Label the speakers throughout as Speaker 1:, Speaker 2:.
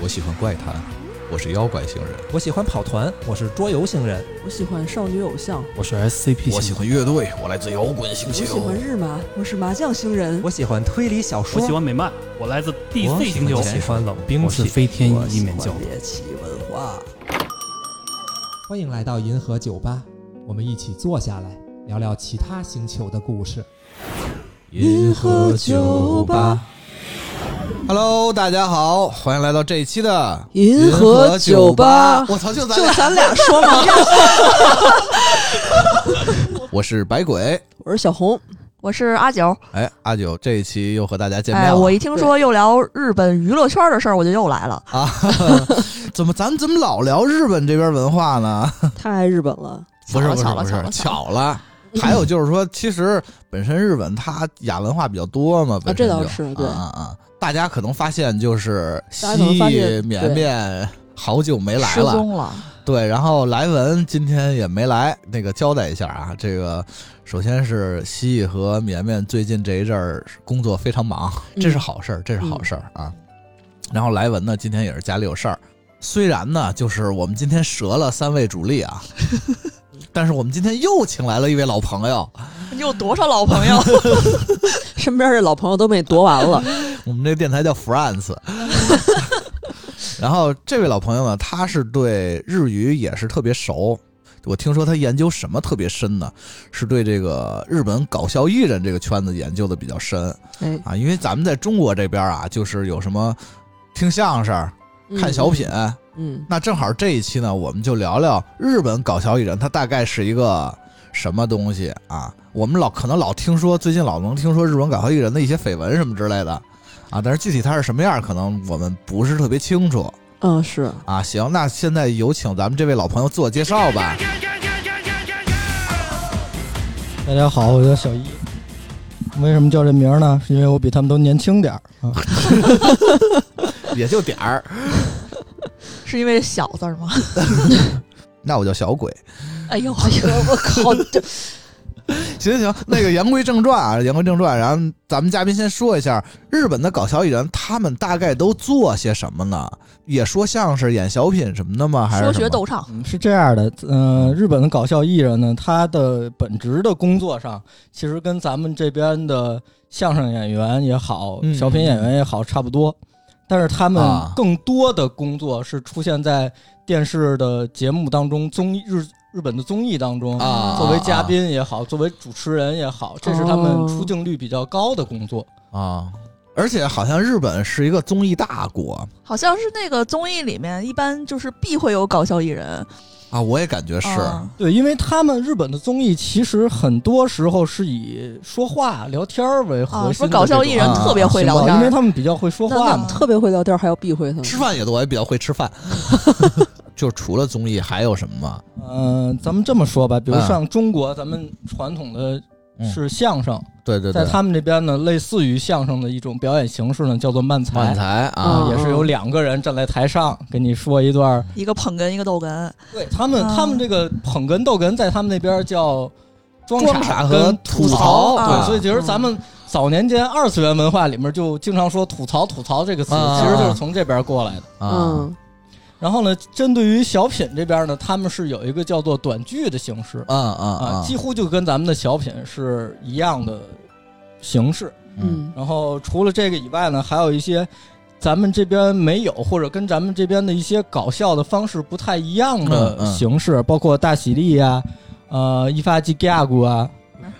Speaker 1: 我喜欢怪谈，我是妖怪星人，
Speaker 2: 我喜欢跑团，我是桌游星人，
Speaker 3: 我喜欢少女偶像，
Speaker 4: 我是 SCP，
Speaker 1: 我喜欢乐队，我来自摇滚
Speaker 3: 我
Speaker 1: 星
Speaker 3: 喜
Speaker 1: 球
Speaker 3: 欢。日麻，我是麻将星人，
Speaker 2: 我喜欢推理小说，
Speaker 5: 我喜欢美漫，我来自 DC 星球
Speaker 2: 我。喜欢冷兵
Speaker 4: 我是
Speaker 2: 器。
Speaker 4: 飞天
Speaker 3: 我
Speaker 4: 一
Speaker 3: 喜
Speaker 4: 面
Speaker 3: 欢
Speaker 4: 教主。
Speaker 3: 猎奇文化。
Speaker 2: 欢迎来到银河酒吧，我们一起坐下来聊聊其他星球的故事。
Speaker 3: 银河酒吧
Speaker 1: ，Hello，大家好，欢迎来到这一期的
Speaker 3: 银河酒吧
Speaker 1: 我操，就咱
Speaker 3: 就
Speaker 1: 俩，
Speaker 3: 咱俩说嘛，
Speaker 1: 我是百鬼，
Speaker 3: 我是小红，
Speaker 6: 我是阿九，
Speaker 1: 哎，阿九，这一期又和大家见面
Speaker 6: 哎，
Speaker 1: 了。
Speaker 6: 我一听说又聊日本娱乐圈的事儿，我就又来了。
Speaker 1: 啊，怎么咱怎么老聊日本这边文化 呢？
Speaker 3: 太爱日本了。
Speaker 1: 不是不是
Speaker 6: 巧了
Speaker 1: 不是
Speaker 6: 巧了，巧了
Speaker 1: 巧了。还有就是说，其实本身日本它亚文化比较多嘛，本身
Speaker 3: 这倒
Speaker 1: 就是啊
Speaker 3: 对
Speaker 1: 啊啊！大家可能发现就是西
Speaker 3: 大家可能发现对
Speaker 1: 绵绵好久没来
Speaker 6: 失
Speaker 1: 了，
Speaker 6: 踪了，
Speaker 1: 对，然后莱文今天也没来，那个交代一下啊，这个首先是蜥蜴和绵绵最近这一阵儿工作非常忙，
Speaker 3: 嗯
Speaker 1: 这是好事儿，这是好事儿啊。然后莱文呢，今天也是家里有事儿，虽然呢，就是我们今天折了三位主力啊， 但是我们今天又请来了一位老朋友，
Speaker 6: 你有多少老朋友？
Speaker 3: 身边这老朋友都被夺完了，
Speaker 1: 我们这电台叫 France。然后这位老朋友呢，他是对日语也是特别熟。我听说他研究什么特别深呢？是对这个日本搞笑艺人这个圈子研究的比较深
Speaker 6: 哎，
Speaker 1: 啊。因为咱们在中国这边啊，就是有什么听相声、
Speaker 3: 嗯
Speaker 1: 看小品，
Speaker 3: 嗯，
Speaker 1: 那正好这一期呢，我们就聊聊日本搞笑艺人，他大概是一个什么东西啊？我们老可能老听说，最近老能听说日本搞笑艺人的一些绯闻什么之类的啊，但是具体他是什么样，可能我们不是特别清楚
Speaker 3: 嗯，是
Speaker 1: 啊。行，那现在有请咱们这位老朋友自我介绍吧。
Speaker 7: 大家好，我叫小一。为什么叫这名儿呢？是因为我比他们都年轻点儿啊。
Speaker 1: 也就点儿，
Speaker 6: 是因为小字儿吗？
Speaker 1: 那我叫小鬼。
Speaker 6: 哎呦，
Speaker 3: 我 靠，这
Speaker 1: 行行，那个言归正传啊，言归正传，然后咱们嘉宾先说一下日本的搞笑艺人，他们大概都做些什么呢？也说相声、演小品什么的吗？还是
Speaker 6: 说
Speaker 1: 什么
Speaker 6: 学逗唱，
Speaker 7: 嗯是这样的，嗯、日本的搞笑艺人呢，他的本职的工作上，其实跟咱们这边的相声演员也好
Speaker 1: 嗯，
Speaker 7: 小品演员也好差不多。但是他们
Speaker 1: 啊
Speaker 7: 更多的工作是出现在电视的节目当中，综艺日日本的综艺当中，
Speaker 1: 啊
Speaker 7: 哦作为嘉宾也好，作为主持人也好，这是他
Speaker 3: 哦
Speaker 7: 们出镜率比较高的工作。
Speaker 1: 啊，而且好像日本是一个综艺大国
Speaker 6: 好像是那个综艺里面一般就是必会有搞笑艺人，
Speaker 1: 啊，我也感觉是
Speaker 6: 啊
Speaker 7: 对，因为他们日本的综艺其实很多时候是以说话聊天儿为核
Speaker 6: 啊，
Speaker 7: 心
Speaker 6: 说搞
Speaker 7: 的这种形象、
Speaker 6: 笑艺人特别会聊
Speaker 7: 因为
Speaker 6: 天，
Speaker 7: 他们比较会说
Speaker 6: 那
Speaker 7: 话
Speaker 6: 那
Speaker 7: 嘛。
Speaker 3: 特别会聊天，还要避讳他们。
Speaker 1: 吃饭也多，也比较会吃饭。就除了综艺还有什么吗？
Speaker 7: 嗯、咱们这么说吧，比如
Speaker 1: 嗯
Speaker 7: 像中国，咱们传统的
Speaker 1: 嗯
Speaker 7: 是相声，
Speaker 1: 对对对
Speaker 7: 在，他们这边呢，类似于相声的一种表演形式呢，叫做慢才。
Speaker 1: 漫才啊，
Speaker 3: 嗯
Speaker 7: 也
Speaker 6: 哦
Speaker 7: 是有两个人站在台上给你说一段儿，
Speaker 6: 一个捧哏，一个逗哏，
Speaker 7: 对他
Speaker 1: 嗯
Speaker 7: 们，他们这个捧哏逗哏在他们那边叫装
Speaker 1: 装傻和
Speaker 7: 跟
Speaker 1: 吐
Speaker 7: 吐
Speaker 1: 槽嗯
Speaker 6: 啊
Speaker 7: 对，所以其实咱们早年间二次元文化里面就经常说吐槽吐槽这个词，
Speaker 1: 啊
Speaker 7: 其实就是从这边过来的。
Speaker 1: 啊
Speaker 3: 嗯，
Speaker 7: 然后呢，针对于小品这边呢，他们是有一个叫做短剧的形式
Speaker 1: 啊啊
Speaker 7: 啊，
Speaker 1: 啊
Speaker 7: 几乎就跟咱们的小品是一样的形式。
Speaker 1: 嗯
Speaker 3: 嗯
Speaker 7: 然后除了这个以外呢，还有一些咱们这边没有，或者跟咱们这边的一些搞笑的方式不太一样
Speaker 1: 嗯嗯
Speaker 7: 的形式，包括大喜力呀、呃，一发吉吉亚古啊，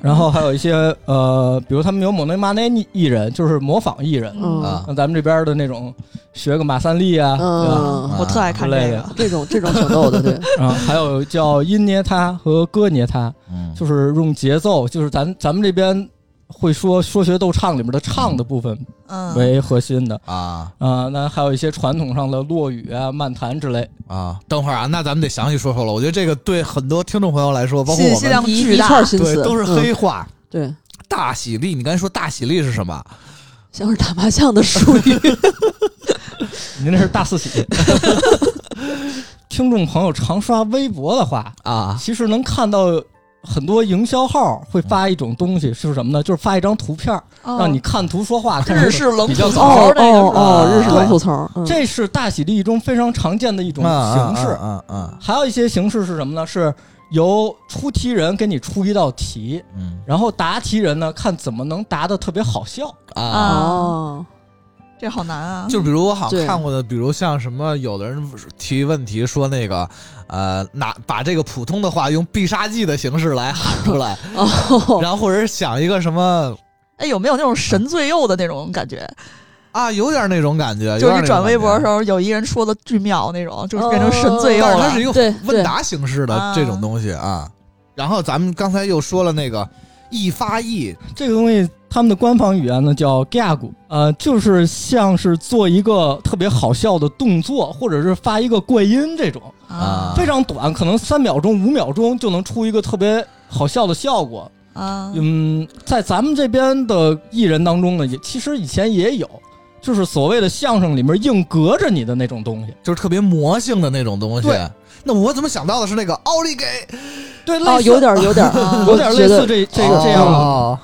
Speaker 7: 然后还有一些呃，比如他们有蒙内马内艺人，就是模仿艺人，
Speaker 3: 嗯
Speaker 1: 啊
Speaker 7: 像咱们这边的那种学个马三立啊，对吧？
Speaker 3: 嗯，
Speaker 6: 我特爱看
Speaker 7: 之类
Speaker 3: 这
Speaker 6: 这个，
Speaker 7: 的
Speaker 3: 种这种挺逗的，对，
Speaker 7: 然后还有叫音捏他和歌捏他，
Speaker 1: 嗯
Speaker 7: 就是用节奏，就是咱咱们这边会说说学逗唱里面的唱的部分
Speaker 6: 嗯，
Speaker 7: 为核心的。
Speaker 1: 啊
Speaker 7: 啊，那还有一些传统上的落语啊、漫谈之类。
Speaker 1: 啊！等会儿啊，那咱们得详细说说了。我觉得这个对很多听众朋友来说，包括
Speaker 6: 信
Speaker 1: 我
Speaker 6: 息
Speaker 1: 们，
Speaker 6: 量
Speaker 3: 一
Speaker 6: 巨
Speaker 3: 一
Speaker 6: 大，
Speaker 3: 串心思
Speaker 1: 对，都是黑话。
Speaker 3: 嗯对，
Speaker 1: 大喜力，你刚才说大喜力是什么？
Speaker 3: 像是打麻将的术语。
Speaker 7: 您这是大四喜。 听众朋友常刷微博的话，
Speaker 1: 啊
Speaker 7: 其实能看到很多营销号会发一种东西是什么呢？就是发一张图片儿，
Speaker 6: 哦
Speaker 1: 哦
Speaker 7: 让你看图说话，看
Speaker 6: 日式冷
Speaker 7: 比
Speaker 6: 吐
Speaker 7: 较
Speaker 3: 哦
Speaker 6: 槽
Speaker 7: 早
Speaker 6: 槽那个
Speaker 3: 哦
Speaker 6: 是吧
Speaker 3: 哦，日式
Speaker 7: 对
Speaker 3: 冷吐槽，嗯
Speaker 7: 这是大喜利中非常常见的
Speaker 1: 嗯
Speaker 7: 一种形式。
Speaker 1: 啊啊啊，
Speaker 7: 还有一些形式是什么呢？是由出题人给你出一道题，
Speaker 1: 嗯
Speaker 7: 然后答题人呢看怎么能答的特别好笑。
Speaker 1: 啊。
Speaker 3: 哦，
Speaker 6: 这好难啊！
Speaker 1: 就比如我好像
Speaker 3: 对
Speaker 1: 看过的，比如像什么，有的人提问题说那个，呃，拿把这个普通的话用必杀技的形式来喊出来，
Speaker 3: 哦，
Speaker 1: 然后或者是想一个什么
Speaker 6: 哎，有没有那种神最右的那种感觉？
Speaker 1: 啊，有点那种感觉，
Speaker 6: 就
Speaker 1: 哎有点
Speaker 6: 是你
Speaker 1: 那种
Speaker 6: 转微博的
Speaker 1: 感
Speaker 6: 时
Speaker 1: 觉，
Speaker 6: 候，有一人说的巨妙那种，就是变成神最右
Speaker 1: 哦但是它
Speaker 6: 了
Speaker 1: 是一。个
Speaker 3: 对
Speaker 1: 问
Speaker 3: 对，
Speaker 1: 答形式的
Speaker 6: 啊
Speaker 1: 这种东西啊。然后咱们刚才又说了那个易发易，
Speaker 7: 这个东西他们的官方语言呢叫 gag，呃，就是像是做一个特别好笑的动作，或者是发一个怪音这种，
Speaker 1: 啊
Speaker 7: 非常短，可能三秒钟、五秒钟就能出一个特别好笑的效果。
Speaker 6: 啊，
Speaker 7: 嗯，在咱们这边的艺人当中呢，也其实以前也有，就是所谓的相声里面硬隔着你的那种东西，
Speaker 1: 就是特别魔性的那种东西
Speaker 7: 对。
Speaker 1: 那我怎么想到的是那个奥利给，
Speaker 7: 对，类
Speaker 3: 哦，
Speaker 7: 似嗯
Speaker 3: 有点儿有点儿，
Speaker 6: 啊
Speaker 7: 有点类似这这个这样的，
Speaker 1: 哦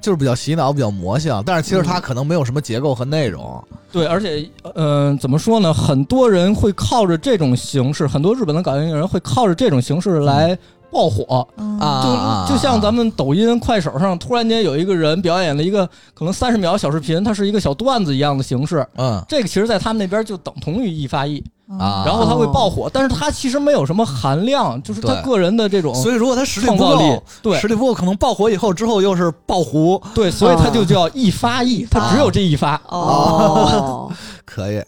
Speaker 1: 就是比较洗脑，比较魔性，但是其实它可能没有什么结构和内容。
Speaker 7: 对，而且嗯、呃怎么说呢？很多人会靠着这种形式，很多日本的搞笑艺人会靠着这种形式来爆火。
Speaker 6: 嗯
Speaker 1: 啊
Speaker 7: 就就像咱们抖音、快手上突然间有一个人表演了一个可能三十秒小视频，它是一个小段子一样的形式，
Speaker 1: 嗯
Speaker 7: 这个其实，在他们那边就等同于一发一，
Speaker 6: 嗯
Speaker 1: 啊，
Speaker 7: 然后它会爆火，但是它其实没有什么含量，就是他
Speaker 1: 对
Speaker 7: 个人的这种
Speaker 1: 所以如果它实力
Speaker 7: 嗯创
Speaker 1: 不
Speaker 7: 造力
Speaker 1: 够，，
Speaker 7: 对嗯
Speaker 1: 实力不够，可能爆火以后之后又是爆糊，
Speaker 7: 对，所以它
Speaker 3: 啊
Speaker 7: 就叫一发一，
Speaker 1: 啊
Speaker 7: 它只有这一发。
Speaker 3: 哦，
Speaker 1: 可以。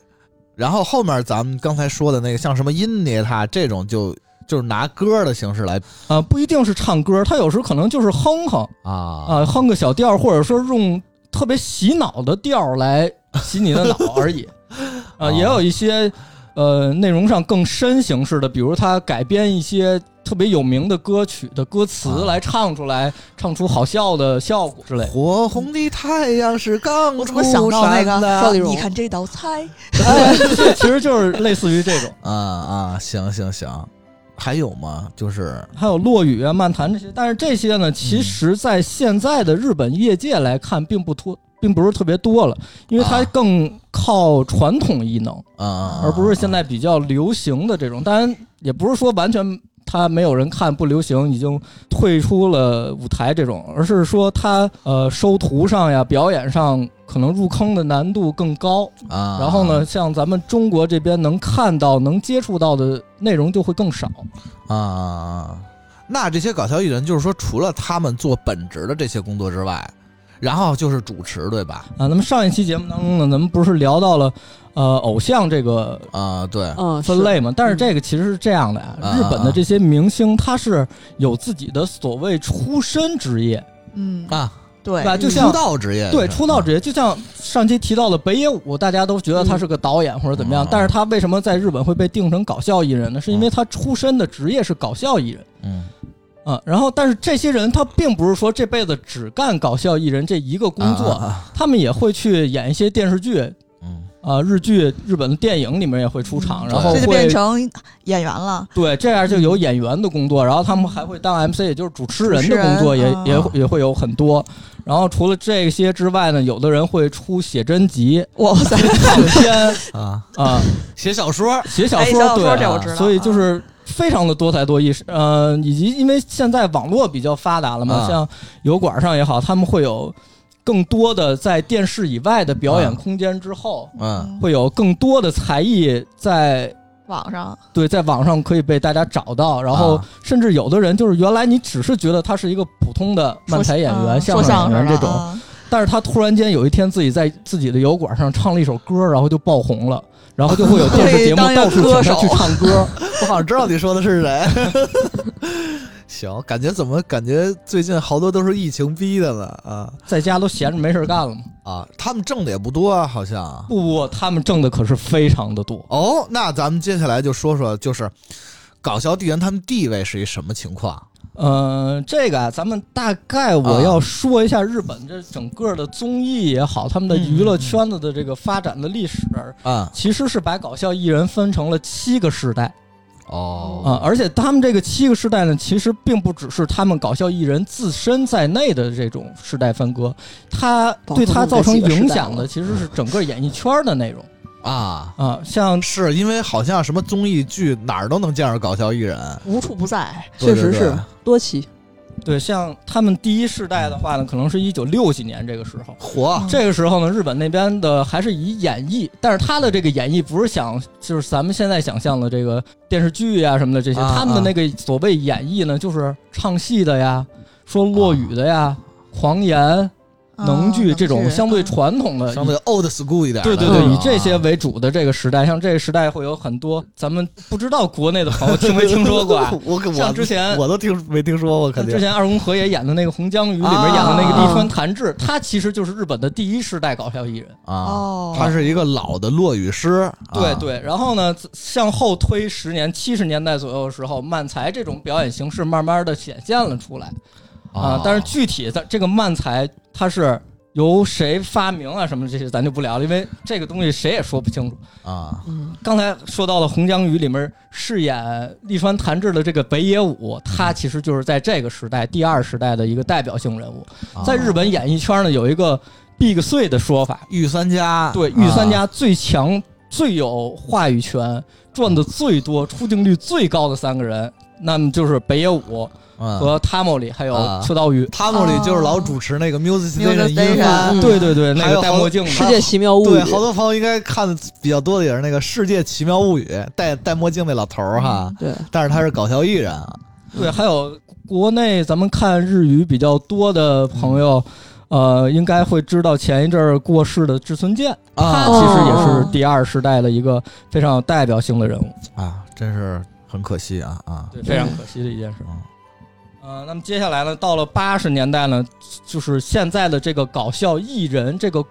Speaker 1: 然后后面咱们刚才说的那个，像什么音捏它这种就，就是拿歌的形式来
Speaker 7: 啊，不一定是唱歌，他有时候可能就是哼哼
Speaker 1: 啊
Speaker 7: 啊，哼个小调儿，或者说用特别洗脑的调儿来洗你的 脑而已。啊，
Speaker 1: 哦
Speaker 7: 也有一些呃内容上更深形式的，比如他改编一些特别有名的歌曲的歌词
Speaker 1: 啊
Speaker 7: 来唱出来，唱出好笑的效果 之类的。
Speaker 1: 火红的太阳是刚
Speaker 6: 我
Speaker 1: 出
Speaker 6: 怎么想到那
Speaker 1: 山
Speaker 6: 个
Speaker 1: 的
Speaker 3: 赵丽蓉
Speaker 6: 你看这道菜，
Speaker 7: 这哎其实就是类似于这种，
Speaker 1: 啊啊，行行行，还有吗？就是
Speaker 7: 还有落语啊、漫谈这些，但是这些呢，其实在现在的日本业界来看，并不多，并不是特别多了，因为它
Speaker 1: 啊
Speaker 7: 更靠传统艺能。
Speaker 1: 啊啊，
Speaker 7: 而不是现在比较流行的这种。当然，也不是说完全它没有人看不流行，已经退出了舞台这种，而是说它呃收徒上呀、表演上可能入坑的难度更高。
Speaker 1: 啊，
Speaker 7: 然后呢，像咱们中国这边能看到、能接触到的内容就会更少。
Speaker 1: 啊啊啊！那这些搞笑艺人，就是说，除了他们做本职的这些工作之外，然后就是主持，对吧？
Speaker 7: 啊，那么上一期节目当中呢，咱们不是聊到了呃偶像这个
Speaker 1: 啊、对，
Speaker 3: 嗯，
Speaker 7: 分
Speaker 3: 是
Speaker 7: 类嘛，但是这个其实是这样的呀、
Speaker 1: 嗯
Speaker 7: 日本的这些明星他是有自己的所谓出身职业，
Speaker 6: 嗯
Speaker 1: 啊，
Speaker 6: 对
Speaker 7: 对吧？就
Speaker 1: 出
Speaker 7: 像
Speaker 1: 道职业，
Speaker 7: 对出道职业，就像上期提到的北野武，大家都觉得他是个导演或者怎么样
Speaker 1: 嗯，
Speaker 7: 但是他为什么在日本会被定成搞笑艺人呢？是因为他出身的职业是搞笑艺人
Speaker 1: 嗯，
Speaker 7: 啊。然后，但是这些人他并不是说这辈子只干搞笑艺人这一个工
Speaker 1: 啊
Speaker 7: 作，
Speaker 1: 啊
Speaker 7: 他们也会去演一些电视剧。
Speaker 1: 嗯，
Speaker 7: 啊，日剧、日本的电影里面也会出场，然后
Speaker 6: 这就
Speaker 7: 会
Speaker 6: 变成演员了。
Speaker 7: 对，这样就有演员的工作，然后他们还会当 MC，也就是主持人的工
Speaker 6: 嗯主
Speaker 7: 作
Speaker 6: 持
Speaker 7: 也，
Speaker 6: 人
Speaker 7: 也
Speaker 6: 啊
Speaker 7: 也会也会有很多。然后除了这些之外呢，有的人会出写 真集、
Speaker 6: 哇塞，
Speaker 7: 唱片
Speaker 1: 啊，
Speaker 7: 啊、
Speaker 1: 写小说，
Speaker 7: 写小
Speaker 6: 哎
Speaker 7: 说，
Speaker 6: 小小说
Speaker 7: 对
Speaker 6: 这我
Speaker 7: 啊
Speaker 6: 知道
Speaker 7: 所以
Speaker 6: 啊
Speaker 7: 就是非常的多才多艺。呃，以及因为现在网络比较发达了嘛，
Speaker 6: 嗯
Speaker 1: 啊
Speaker 7: 像油管上也好，他们会有更多的在电视以外的表演
Speaker 1: 啊
Speaker 7: 空间之后，
Speaker 1: 嗯，
Speaker 7: 会有更多的才艺在
Speaker 6: 网上
Speaker 7: 对，在网上可以被大家找到，然后
Speaker 1: 啊
Speaker 7: 甚至有的人就是原来你只是觉得他是一个普通的漫才演员、
Speaker 6: 说相
Speaker 7: 相声演
Speaker 6: 声啊
Speaker 7: 员这种，
Speaker 6: 了
Speaker 7: 但是他突然间有一天自己在自己的油管上唱了一首歌，然后就爆红了，然后就会有电视节目
Speaker 6: 可以当一个
Speaker 7: 到处请
Speaker 6: 歌
Speaker 7: 他
Speaker 6: 手
Speaker 7: 去唱歌。
Speaker 1: 我好像知道你说的是谁。 行，感觉怎么感觉最近好多都是疫情逼的呢？啊
Speaker 7: 在家都闲着没事干了嘛？
Speaker 1: 啊，他们挣的也不多啊，好像。
Speaker 7: 不不，他们挣的可是非常的多。
Speaker 1: 哦，那咱们接下来就说说，就是搞笑艺人他们地位是一什么情况？
Speaker 7: 呃，这个啊，咱们大概我要说一下日本这整个的综艺也好，他们的娱乐圈子的这个发展的历史，
Speaker 1: 啊
Speaker 7: 其实是把搞笑艺人分成了七个时代。
Speaker 1: 哦
Speaker 7: 啊、而且他们这个七个世代呢，其实并不只是他们搞笑艺人自身在内的这种世代分割，它对它造成影响的其实是整个演艺圈的内容
Speaker 1: 啊，
Speaker 7: 啊、像
Speaker 1: 是因为好像什么综艺剧哪儿都能见着搞笑艺人，
Speaker 6: 无处不在。
Speaker 1: 对对
Speaker 3: 确实
Speaker 1: 对
Speaker 3: 是多奇。
Speaker 7: 对像他们第一世代的话呢，可能是一九六几年这个时候。
Speaker 1: 火
Speaker 7: 这个时候呢，日本那边的还是以演绎，但是他的这个演绎不是想就是咱们现在想象的这个电视剧呀、什么的这些，
Speaker 1: 啊
Speaker 7: 他们的那个所谓演绎呢，就是唱戏的呀，说落语的呀，狂言、啊
Speaker 6: 啊
Speaker 7: 能剧这种相对传统的。
Speaker 1: 相对 old school 一点的
Speaker 7: 嗯对
Speaker 1: 那
Speaker 7: 对
Speaker 1: 种啊，
Speaker 7: 对，以这些为主的这个时代，像这个时代会有很多咱们不知道国内的朋友听没听说过 啊？
Speaker 1: 我可
Speaker 7: 像
Speaker 1: 我
Speaker 7: 之前
Speaker 1: 我都听没听说过，肯
Speaker 7: 像
Speaker 1: 定
Speaker 7: 之前二宫和也演的那个《红江鱼》里面演的那个利川弹志，他其实就是日本的第一世代搞笑艺人。
Speaker 1: 啊，
Speaker 6: 哦，
Speaker 1: 他是一个老的落语师，
Speaker 7: 对
Speaker 1: 啊
Speaker 7: 对，然后呢，向后推十年，七十年代左右的时候，漫才这种表演形式慢慢的显现了出来啊、但是具体的这个漫才，它是由谁发明啊，什么这些咱就不聊了，因为这个东西谁也说不清楚。
Speaker 1: 啊
Speaker 3: 嗯，
Speaker 7: 刚才说到了《红江鱼》里面饰演利川弹志的这个北野武，
Speaker 1: 嗯
Speaker 7: 他其实就是在这个时代第二时代的一个代表性人物。
Speaker 1: 啊
Speaker 7: 在日本演艺圈呢，有一个 “big 碎”的说法，
Speaker 1: 御三家，啊
Speaker 7: 对，御三家最强、最有话语权、赚的最多、出镜率最高的三个人，那么就是北野武
Speaker 1: 啊嗯
Speaker 7: 和汤姆里，还有
Speaker 1: 啊
Speaker 7: 秋刀鱼。
Speaker 1: 他们里就是老主持那个 Music
Speaker 6: Music
Speaker 1: Station 音番
Speaker 3: 嗯
Speaker 6: Station，
Speaker 7: 对对对，
Speaker 1: 还
Speaker 7: 那
Speaker 1: 有
Speaker 7: 个戴
Speaker 1: 好
Speaker 7: 墨镜的，
Speaker 3: 世界奇妙物
Speaker 1: 对，
Speaker 3: 语，
Speaker 1: 好多朋友应该看的比较多的也是那个《世界奇妙物语》，戴戴墨镜那老头儿
Speaker 7: 嗯
Speaker 1: 哈，
Speaker 3: 对，
Speaker 1: 但是他是搞笑艺人啊，
Speaker 7: 对，还有国内咱们看日语比较多的朋友。
Speaker 1: 嗯
Speaker 7: 呃，应该会知道前一阵儿过世的志村健，他
Speaker 1: 啊
Speaker 7: 其实也
Speaker 3: 哦
Speaker 7: 是第二时代的一个非常有代表性的人物，
Speaker 1: 啊，真是很可惜啊啊，
Speaker 7: 对，非常可惜的一件事。
Speaker 1: 嗯
Speaker 7: 呃，那么接下来呢，到了八十年代呢，就是现在的这个搞笑艺人这个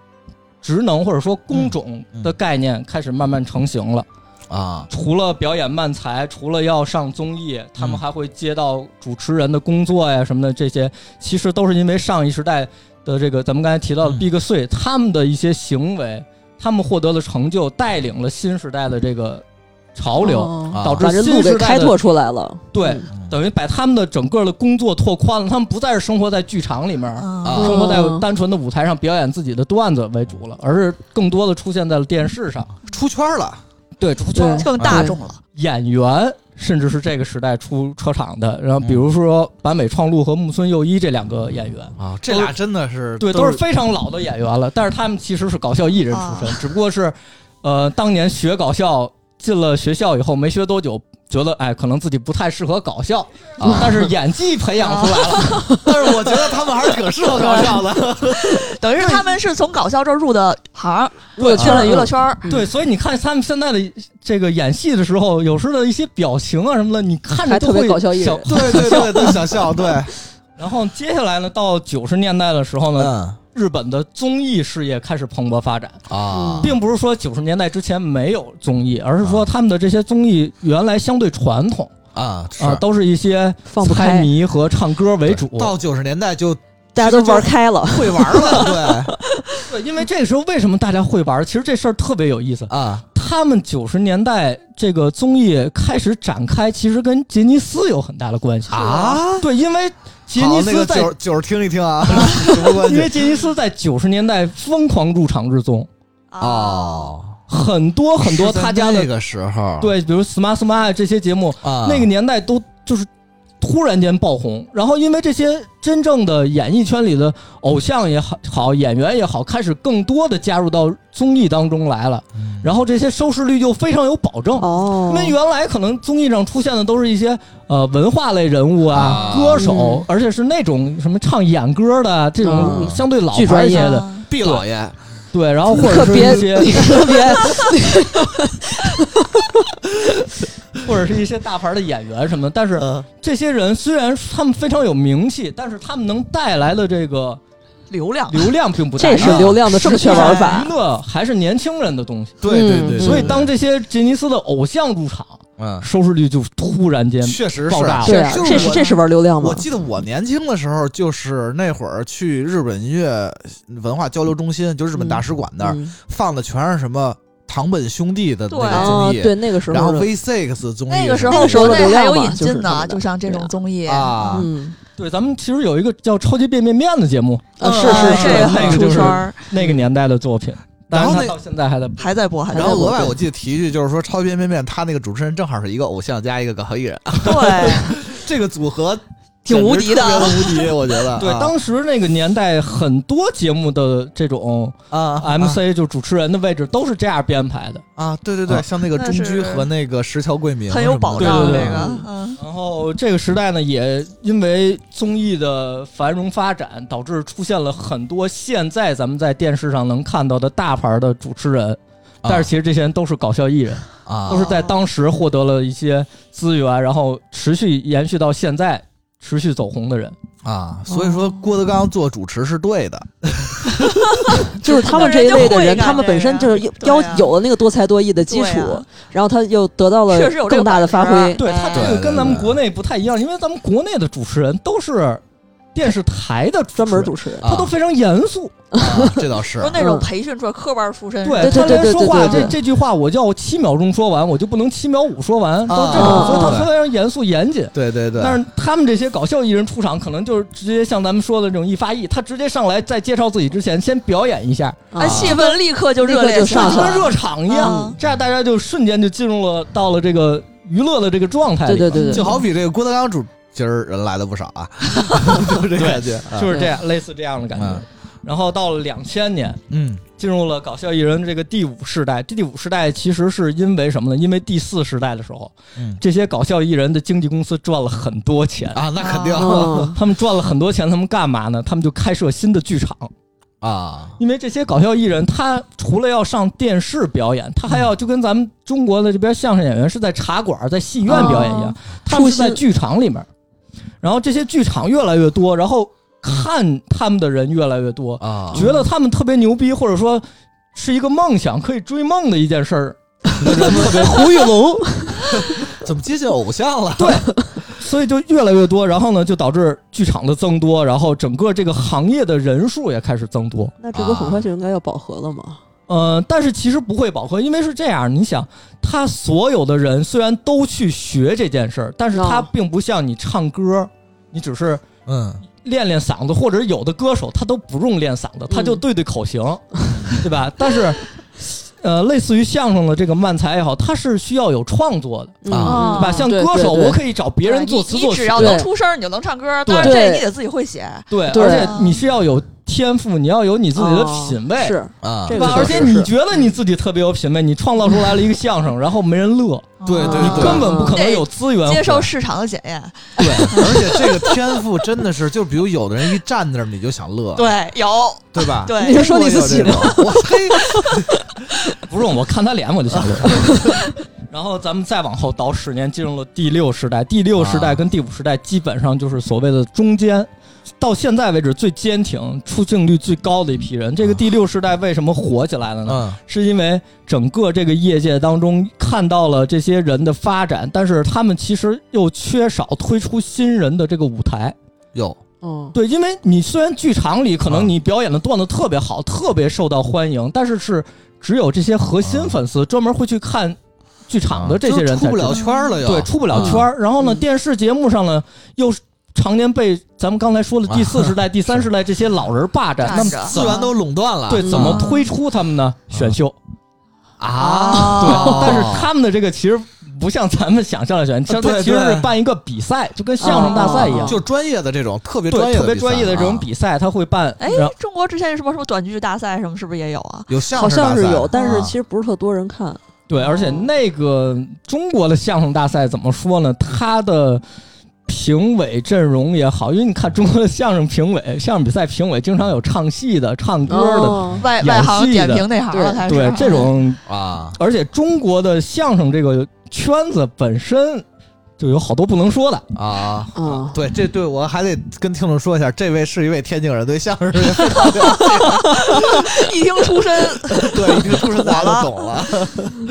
Speaker 7: 职能或者说工种
Speaker 1: 嗯嗯
Speaker 7: 的概念开始慢慢成型了。
Speaker 1: 啊
Speaker 7: 除了表演漫才，除了要上综艺，他们还会接到主持人的工作呀什么的，这些其实都是因为上一时代的这个咱们刚才提到的
Speaker 1: 嗯
Speaker 7: Big 碎、他们的一些行为，他们获得了成就，带领了新时代的这个潮流，
Speaker 3: 流
Speaker 6: 哦
Speaker 1: 啊
Speaker 7: 导致
Speaker 3: 哦把这路
Speaker 7: 新
Speaker 3: 给
Speaker 7: 时代
Speaker 3: 开
Speaker 7: 的
Speaker 3: 拓出来了。
Speaker 7: 对
Speaker 3: 嗯
Speaker 1: 嗯
Speaker 7: 等于把他们的整个的工作拓宽了，他们不再是生活在剧场里面，
Speaker 1: 啊
Speaker 7: 生活在
Speaker 3: 嗯
Speaker 7: 单纯的舞台上表演自己的段子为主了，而是更多的出现在了电视上。
Speaker 1: 出圈了，
Speaker 7: 对，出
Speaker 3: 圈
Speaker 6: 更
Speaker 7: 嗯
Speaker 6: 大众了。
Speaker 7: 演员甚至是这个时代出车场的，然后比如说坂北创路和木村佑一这两个演员。
Speaker 1: 啊，这俩真的是
Speaker 7: 对，都是非常老的演员了，但是他们其实是搞笑艺人出
Speaker 1: 啊
Speaker 7: 身，只不过是，呃，当年学搞笑进了学校以后没学多久，觉得哎，可能自己不太适合搞笑，
Speaker 1: 啊
Speaker 7: 但是演技培养出来了，
Speaker 1: 但是我觉得他们还是挺适合搞笑 的。
Speaker 6: 等于是他们是从搞笑这儿入的行儿，
Speaker 3: 入了
Speaker 7: 对
Speaker 3: 圈
Speaker 6: 进
Speaker 3: 了
Speaker 6: 了娱乐圈儿。
Speaker 7: 对，所以你看他们现在的这个演戏的时候，有时的一些表情啊什么的，你看着
Speaker 3: 还
Speaker 7: 都
Speaker 3: 特别
Speaker 7: 会
Speaker 3: 搞笑艺人
Speaker 7: 想
Speaker 1: 对对对，都想笑， 对，
Speaker 7: 然后接下来呢，到九十年代的时候呢，
Speaker 1: 嗯
Speaker 7: 日本的综艺事业开始蓬勃发展，
Speaker 1: 啊
Speaker 7: 并不是说九十年代之前没有综艺，而是说他们的这些综艺原来相对传统
Speaker 1: 啊
Speaker 7: 啊，都是一些
Speaker 3: 放不
Speaker 7: 猜
Speaker 3: 开，
Speaker 7: 谜和唱歌为主。
Speaker 1: 到九十年代就
Speaker 3: 大家都玩开了。
Speaker 1: 会玩了， 对
Speaker 7: 对，因为这个时候为什么大家会玩？其实这事儿特别有意思。
Speaker 1: 啊
Speaker 7: 他们九十年代这个综艺开始展开，其实跟杰尼斯有很大的关系。
Speaker 1: 啊。
Speaker 7: 对，因为杰
Speaker 1: 好
Speaker 7: 尼，
Speaker 1: 那
Speaker 7: 斯
Speaker 1: 个
Speaker 7: 在，
Speaker 1: 九九十听一听啊，什么关
Speaker 7: 因为
Speaker 1: 系？
Speaker 7: 杰尼斯在九十年代疯狂入场日综，
Speaker 6: 啊
Speaker 1: 哦，
Speaker 7: 很多 很多
Speaker 1: 是在
Speaker 7: 他家
Speaker 1: 那
Speaker 7: 的
Speaker 1: 个时候，
Speaker 7: 对，比如《Smart Smart》这些节目，
Speaker 1: 啊，
Speaker 7: 那个年代都就是突然间爆红。然后因为这些真正的演艺圈里的偶像也好，好演员也好，开始更多的加入到综艺当中来了，
Speaker 1: 嗯
Speaker 7: 然后这些收视率就非常有保证。
Speaker 3: 哦
Speaker 7: 因，为原来可能综艺上出现的都是一些呃文化类人物啊、
Speaker 1: 啊
Speaker 7: 歌手，
Speaker 3: 嗯
Speaker 7: 而且是那种什么唱演歌的这种
Speaker 1: 啊
Speaker 7: 相对老
Speaker 3: 巨
Speaker 7: 牌
Speaker 3: 专
Speaker 7: 一些
Speaker 3: 业
Speaker 7: 的，
Speaker 6: 啊
Speaker 1: 毕老爷
Speaker 7: 对，然后
Speaker 3: 你
Speaker 7: 或者
Speaker 3: 可
Speaker 7: 是
Speaker 3: 别，
Speaker 7: 一
Speaker 3: 你
Speaker 7: 些
Speaker 3: 可别，
Speaker 7: 或者是一些大牌的演员什么的。但是
Speaker 1: 嗯
Speaker 7: 这些人虽然他们非常有名气，但是他们能带来的这个
Speaker 6: 流量
Speaker 7: 流量并不大。
Speaker 3: 这是流量的正确玩法
Speaker 7: 娱。乐还是年轻人的东西，
Speaker 1: 对对
Speaker 3: 嗯
Speaker 1: 对，对
Speaker 7: 所以当这些杰尼斯的偶像入场，
Speaker 1: 嗯，
Speaker 7: 收视率就突然间
Speaker 1: 确实是
Speaker 7: 爆炸了
Speaker 3: 对啊，
Speaker 1: 就是
Speaker 3: 这是
Speaker 1: 我
Speaker 3: 这是玩流量吗
Speaker 1: 我？记得我年轻的时候，就是那会儿去日本音乐文化交流中心，就日本大使馆那儿、
Speaker 3: 嗯
Speaker 1: 放的全是什么堂本兄弟的那个
Speaker 3: 啊
Speaker 1: 综，艺，
Speaker 3: 对那个时候的，
Speaker 1: 然后 V Six 综艺，
Speaker 6: 那个时
Speaker 3: 那
Speaker 6: 候
Speaker 3: 个时候
Speaker 6: 国
Speaker 3: 的
Speaker 6: 内
Speaker 3: 流
Speaker 6: 还
Speaker 3: 量
Speaker 6: 有
Speaker 3: 嘛
Speaker 6: 引
Speaker 3: 就是
Speaker 6: 进
Speaker 3: 什么
Speaker 6: 呢，
Speaker 3: 的
Speaker 6: 就像这种
Speaker 3: 对
Speaker 6: 综艺，
Speaker 1: 啊，
Speaker 3: 嗯，
Speaker 7: 对，咱们其实有一个叫《超级变变变》的节目，
Speaker 3: 啊是
Speaker 6: 啊
Speaker 3: 是
Speaker 6: 这
Speaker 3: 是
Speaker 6: 个，
Speaker 7: 那
Speaker 6: 很
Speaker 7: 个
Speaker 6: 出
Speaker 7: 就是
Speaker 6: 圈儿，
Speaker 7: 那个年代的作品，
Speaker 1: 然
Speaker 7: 但
Speaker 1: 后
Speaker 7: 是
Speaker 1: 那
Speaker 7: 它到现在还在播。
Speaker 6: 还在播，还在
Speaker 1: 然后
Speaker 6: 播，
Speaker 1: 额外我记得提一句，就是说《超级变变变》，他那个主持人正好是一个偶像加一个搞笑艺人，啊
Speaker 6: 对，
Speaker 1: 这个组合
Speaker 6: 挺无 敌的
Speaker 1: 简直特别无敌，我觉得。
Speaker 7: 对，
Speaker 1: 啊
Speaker 7: 当时那个年代很多节目的这种
Speaker 1: 啊
Speaker 7: MC 就主持人的位置都是这样编排的。
Speaker 1: 啊，对对对，
Speaker 7: 啊
Speaker 1: 像那个
Speaker 6: 那
Speaker 1: 中居
Speaker 6: 是
Speaker 1: 和那个石桥贵明
Speaker 6: 很有
Speaker 1: 什么
Speaker 6: 保
Speaker 1: 的
Speaker 6: 障这
Speaker 7: 对对对
Speaker 6: 个
Speaker 3: 嗯，
Speaker 6: 嗯，
Speaker 7: 然后这个时代呢，也因为综艺的繁荣发展，导致出现了很多现在咱们在电视上能看到的大牌的主持人，但是其实这些人都是搞笑艺人，
Speaker 1: 啊
Speaker 7: 都是在当时获得了一些资源，然后持续延续到现在，持续走红的人。
Speaker 1: 啊，所以说郭德纲做主持是对的，
Speaker 3: 就是他们这一类的人，
Speaker 6: 就会干
Speaker 3: 他们本身就是有
Speaker 6: 这个
Speaker 3: 要
Speaker 6: 呀对啊
Speaker 3: 有了那个多才多艺的基础
Speaker 6: 对啊，
Speaker 3: 然后他又得到了
Speaker 6: 确实有这个
Speaker 3: 更大的发
Speaker 6: 本
Speaker 3: 挥
Speaker 6: 事，
Speaker 7: 对他这
Speaker 1: 对
Speaker 7: 个
Speaker 1: 对
Speaker 7: 跟咱们
Speaker 1: 对
Speaker 7: 国内不太一样，因为咱们国内的主持人都是电视台的
Speaker 3: 专门
Speaker 7: 持
Speaker 3: 主持人。
Speaker 7: 人，他都非常严肃，
Speaker 1: 啊这倒是
Speaker 6: 说那种
Speaker 3: 嗯
Speaker 6: 培训出来科班出身，
Speaker 3: 对
Speaker 7: 他
Speaker 3: 对
Speaker 7: 连
Speaker 3: 对
Speaker 7: 说
Speaker 3: 对
Speaker 7: 话
Speaker 3: 对
Speaker 7: 这
Speaker 3: 对
Speaker 7: 这句话我要七秒钟说完，我就不能七秒五说完，都是这
Speaker 3: 啊
Speaker 7: 种，所以他
Speaker 1: 对
Speaker 7: 非常严肃严谨。
Speaker 1: 对对对，
Speaker 7: 但是他们这些搞笑艺人出场，可能就是直接像咱们说的这种一发一，他直接上来在介绍自己之前，先表演一下，
Speaker 3: 啊
Speaker 6: 啊，气氛立刻就
Speaker 3: 立刻
Speaker 6: 热烈
Speaker 3: 就
Speaker 6: 起
Speaker 3: 上
Speaker 6: 来
Speaker 7: 就
Speaker 3: 去
Speaker 6: 了
Speaker 3: 了
Speaker 7: 跟热场一样
Speaker 3: 啊
Speaker 6: 嗯，
Speaker 7: 这样大家就瞬间就进入了到了这个娱乐的这个状态里
Speaker 3: 对
Speaker 7: 了。
Speaker 3: 对对对，
Speaker 1: 就好比这个郭德纲主今儿人来的不少啊，就是这感觉，啊
Speaker 7: 就是这样，类似这样的感觉。
Speaker 1: 嗯
Speaker 7: 然后到了两千年，
Speaker 1: 嗯
Speaker 7: 进入了搞笑艺人这个第五世代。第五世代其实是因为什么呢？因为第四世代的时候，
Speaker 1: 嗯
Speaker 7: 这些搞笑艺人的经纪公司赚了很多钱。
Speaker 1: 啊，那肯定
Speaker 3: 嗯
Speaker 7: 他们赚了很多钱，他们干嘛呢？他们就开设新的剧场，
Speaker 1: 啊
Speaker 7: 因为这些搞笑艺人，他除了要上电视表演，他还要就跟咱们中国的这边相声演员是在茶馆、在戏院表演一样
Speaker 3: 哦，
Speaker 7: 他们是
Speaker 3: 出新
Speaker 7: 在剧场里面。然后这些剧场越来越多，然后看他们的人越来越多，
Speaker 1: 啊
Speaker 7: 觉得他们特别牛逼，或者说是一个梦想可以追梦的一件事儿，
Speaker 3: 胡玉龙，
Speaker 1: 怎么接近偶像了？
Speaker 7: 所以就越来越多。然后呢，就导致剧场的增多，然后整个这个行业的人数也开始增多。
Speaker 3: 那这不很快就应该要饱和了吗？
Speaker 7: 呃，但是其实不会饱和，因为是这样，你想，他所有的人虽然都去学这件事儿，但是他
Speaker 3: 哦
Speaker 7: 并不像你唱歌，你只是
Speaker 1: 嗯
Speaker 7: 练练嗓子，或者有的歌手他都不用练嗓
Speaker 3: 嗯
Speaker 7: 子，他就对对口型， 对吧？但是，呃，类似于相声的这个慢才也好，它是需要有创作的，
Speaker 1: 啊
Speaker 6: 啊
Speaker 7: 对吧？
Speaker 3: 嗯
Speaker 7: 像
Speaker 3: 哦对
Speaker 7: 歌手，
Speaker 3: 对对
Speaker 7: 我可以找别人作词
Speaker 6: 对你
Speaker 7: 作
Speaker 6: 你
Speaker 7: 曲
Speaker 6: 只，要
Speaker 3: 对
Speaker 6: 能出声儿，你就能唱歌。
Speaker 7: 对
Speaker 6: 当然，这
Speaker 3: 对
Speaker 6: 你得自己会写，
Speaker 7: 对，
Speaker 3: 对
Speaker 7: 而且你是要有天赋，你要有你自己的品味，
Speaker 3: 哦是
Speaker 1: 啊，
Speaker 3: 这
Speaker 7: 对
Speaker 3: 个
Speaker 7: 吧？
Speaker 3: 倒
Speaker 7: 而
Speaker 3: 是
Speaker 7: 且你觉得你自己特别有品味，你创造出来了一个相声，然后没人乐，
Speaker 1: 对对
Speaker 6: 啊
Speaker 1: 对
Speaker 7: 你根本不可能有资源
Speaker 6: 接受市场的检验。
Speaker 7: 对。
Speaker 1: 而且这个天赋真的是，就比如有的人一站那儿你就想乐，
Speaker 6: 对，有
Speaker 1: 对吧？
Speaker 3: 你
Speaker 6: 对
Speaker 3: 是说你自己吗
Speaker 1: 我有这种？我嘿，
Speaker 7: 不用，我看他脸我就想乐。 然后咱们再往后倒十年，进入了第六时代。第六时
Speaker 3: 啊
Speaker 7: 代跟第五时代基本上就是所谓的中间，到现在为止最坚挺、出镜率最高的一批人。这
Speaker 3: 啊
Speaker 7: 个第六时代为什么火起来了呢？
Speaker 1: 嗯
Speaker 7: 是因为整个这个业界当中看到了这些人的发展，但是他们其实又缺少推出新人的这个舞台。
Speaker 1: 有
Speaker 3: 嗯，
Speaker 7: 对，因为你虽然剧场里可
Speaker 1: 啊
Speaker 7: 能你表演的段子特别好，特别受到欢迎，但是是只有这些核心
Speaker 1: 啊
Speaker 7: 粉丝专门会去看剧场的这些人
Speaker 1: 就出
Speaker 7: 才
Speaker 1: 不
Speaker 7: 知道
Speaker 1: 了圈儿了又，
Speaker 7: 对，出不了圈儿。然后呢，
Speaker 3: 嗯
Speaker 7: 电视节目上呢又是常年被咱们刚才说的第四时代、第三
Speaker 1: 是
Speaker 7: 时代这些老人霸占，那
Speaker 6: 占
Speaker 7: 么
Speaker 6: 着
Speaker 1: 资源都垄断了，
Speaker 7: 对
Speaker 3: 嗯
Speaker 7: 怎么推出他们呢？选秀，
Speaker 1: 啊，
Speaker 7: 对，但是他们的这个其实不像咱们想象的选，像他
Speaker 1: 对
Speaker 7: 其实是
Speaker 1: 对哦
Speaker 7: 办一个比赛，就跟相声大赛一
Speaker 3: 啊啊
Speaker 7: 样
Speaker 3: 啊。
Speaker 1: 就是专业的这种特别专
Speaker 7: 对，
Speaker 1: 业的
Speaker 7: 特别专业的这种
Speaker 1: 比啊
Speaker 7: 比赛，他会办，
Speaker 6: 哎
Speaker 7: 然后，
Speaker 6: 中国之前有什么什么短剧大赛什么，是不是也有啊？
Speaker 1: 赛有相
Speaker 3: 好
Speaker 1: 声大
Speaker 3: 像
Speaker 1: 赛，
Speaker 3: 是有，但是
Speaker 1: 啊
Speaker 3: 其实不是特多人看。
Speaker 7: 对，而且那个中国的相声大赛怎么说呢？它的评委阵容也好，因为你看中国的相声评委、相声比赛评委，经常有唱戏的、唱歌的，
Speaker 3: 哦
Speaker 6: 外
Speaker 7: 演
Speaker 6: 外行
Speaker 7: 戏
Speaker 6: 点
Speaker 7: 的
Speaker 6: 评内行了，
Speaker 3: 对
Speaker 6: 他是
Speaker 7: 对这种。
Speaker 1: 啊，
Speaker 7: 而且中国的相声这个圈子本身就有好多不能说的，
Speaker 1: 啊。
Speaker 3: 嗯，
Speaker 1: 对，这对我还得跟听众说一下，这位是一位天津人，对相声是
Speaker 6: 一听出身，
Speaker 1: 对一个出身大家都懂了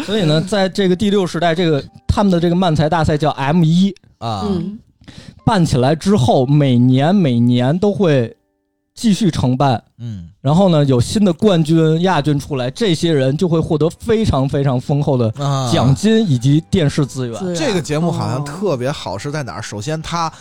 Speaker 7: 所以呢，在这个第六时代，这个他们的这个漫才大赛叫 M 一，
Speaker 1: 啊
Speaker 3: 嗯
Speaker 7: 办起来之后，每年每年都会继续承办，
Speaker 1: 嗯，
Speaker 7: 然后呢有新的冠军、亚军出来，这些人就会获得非常非常丰厚的
Speaker 1: 啊
Speaker 7: 奖金以及电视资源。
Speaker 3: 资源
Speaker 1: 这个节目好像
Speaker 3: 哦
Speaker 1: 特别好是在哪儿？首先它，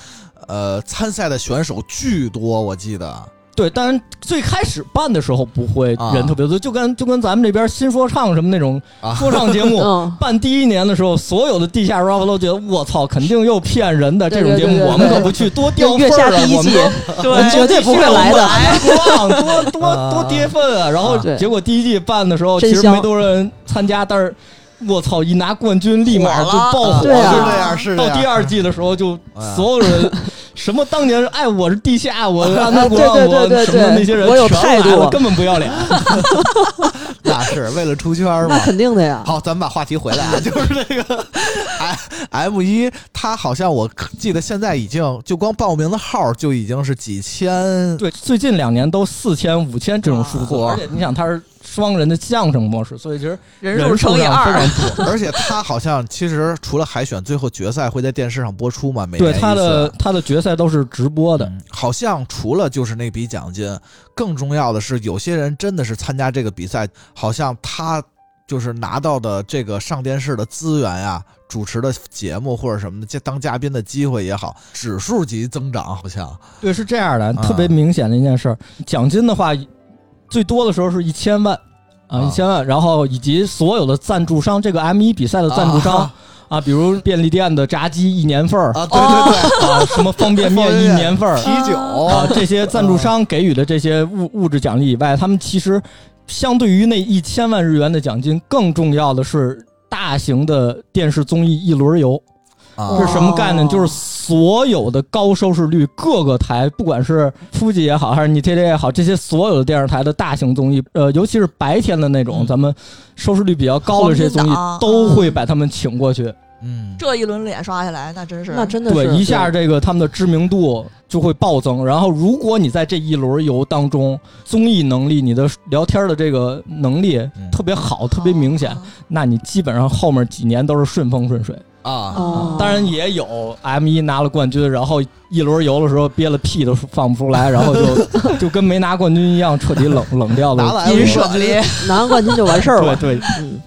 Speaker 1: 呃，参赛的选手巨多，我记得
Speaker 7: 对，当然最开始办的时候不会
Speaker 1: 啊
Speaker 7: 人特别多，就跟就跟咱们这边新说唱什么那种
Speaker 1: 啊
Speaker 7: 说唱节 目。
Speaker 3: 嗯，
Speaker 7: 办第一年的时候，所有的地下 rap 都觉得我操，肯定又骗人的这
Speaker 3: 对
Speaker 7: 种节目，
Speaker 3: 对对对
Speaker 7: 我们可不去，多掉
Speaker 3: 月
Speaker 7: 分
Speaker 3: 下
Speaker 7: 儿啊！
Speaker 3: 第一
Speaker 7: 我们
Speaker 3: 季
Speaker 7: 都，
Speaker 3: 我
Speaker 7: 们
Speaker 3: 呃嗯绝对不会来的。呃
Speaker 7: 我 们多多
Speaker 1: 啊
Speaker 7: 多跌份啊！然后
Speaker 3: 对
Speaker 7: 结果第一季办的时候，
Speaker 3: 真
Speaker 7: 其
Speaker 3: 香
Speaker 7: 实没多少人参加，但是我操，一拿冠军立马就爆火
Speaker 3: 对啊
Speaker 1: 哦是
Speaker 7: 就
Speaker 1: 这样，是这
Speaker 7: 哦到
Speaker 1: 样。
Speaker 7: 第二季的时候，就
Speaker 1: 啊
Speaker 7: 所有人什么当年哎，我是地下，我 安德国，
Speaker 3: 啊对对
Speaker 7: 我
Speaker 3: 对对
Speaker 7: 什么的那些人，
Speaker 3: 我有
Speaker 7: 全
Speaker 3: 态度
Speaker 7: 来了根本不要脸。
Speaker 1: 那是为了出圈儿嘛
Speaker 3: 那。肯定的呀，
Speaker 1: 好，咱们把话题回来啊，就是这个 M M 一，它好像我记得现在已经就光报名的号就已经是几千，
Speaker 7: 对，最近两年都四千、五千这种数字，
Speaker 1: 哇
Speaker 7: 而且你想，它是双人的相声模式，所以其实
Speaker 6: 人数乘以
Speaker 7: 上非
Speaker 6: 二，
Speaker 7: 常多。
Speaker 1: 而且它好像其实除了海选，最后决赛会在电视上播出嘛，每年
Speaker 7: 对，
Speaker 1: 一次
Speaker 7: 它的它的决赛都是直播的，
Speaker 1: 嗯好像除了就是那笔奖金，更重要的是，有些人真的是参加这个比赛，好像他就是拿到的这个上电视的资源呀、主持的节目或者什么的，这当嘉宾的机会也好，指数级增长好像
Speaker 7: 对，是这样的，
Speaker 1: 啊
Speaker 7: 特别明显的一件事儿。奖金的话，最多的时候是一千万啊，
Speaker 1: 啊
Speaker 7: 一千万，然后以及所有的赞助商，这个 M 一比赛的赞助商
Speaker 1: 啊
Speaker 7: 啊比如便利店的炸鸡一年份儿
Speaker 1: 啊，对对
Speaker 6: 哦
Speaker 1: 对，
Speaker 7: 啊，什么方便 面一年份儿
Speaker 1: 啤酒
Speaker 7: 啊，这些赞助商给予的这些物物质奖励以外，他们其实相对于那一千万日元的奖金，更重要的是。大型的电视综艺一轮游
Speaker 1: 啊
Speaker 7: 这是什么概念？
Speaker 3: 哦
Speaker 7: 就是所有的高收视率各个台，不管是夫妻也好，还是你 TJ 也好，这些所有的电视台的大型综艺，呃，尤其是白天的那种，
Speaker 1: 嗯
Speaker 7: 咱们收视率比较高的这些综
Speaker 6: 黄金
Speaker 7: 艺
Speaker 6: 档，
Speaker 7: 都会把他们请过去。
Speaker 1: 嗯，
Speaker 6: 这一轮脸刷下来，那真是哦
Speaker 3: 那真的
Speaker 7: 对，
Speaker 3: 是
Speaker 7: 一下这个他们的知名度就会暴增。然后，如果你在这一轮游当中，综艺能力、你的聊天的这个能力
Speaker 1: 嗯
Speaker 7: 特别好、特别明显，
Speaker 6: 哦
Speaker 7: 那你基本上后面几年都是顺风顺水。
Speaker 1: 啊，
Speaker 3: 哦，
Speaker 7: 当然也有 M 一拿了冠军，然后一轮游的时候憋了屁都放不出来，然后就就跟没拿冠军一样，彻底冷冷掉
Speaker 1: 拿
Speaker 7: 了。
Speaker 1: 了 M1
Speaker 6: 银舍离，
Speaker 3: 拿完冠军就完事儿
Speaker 7: 对
Speaker 3: 了。
Speaker 7: 对，
Speaker 3: 嗯，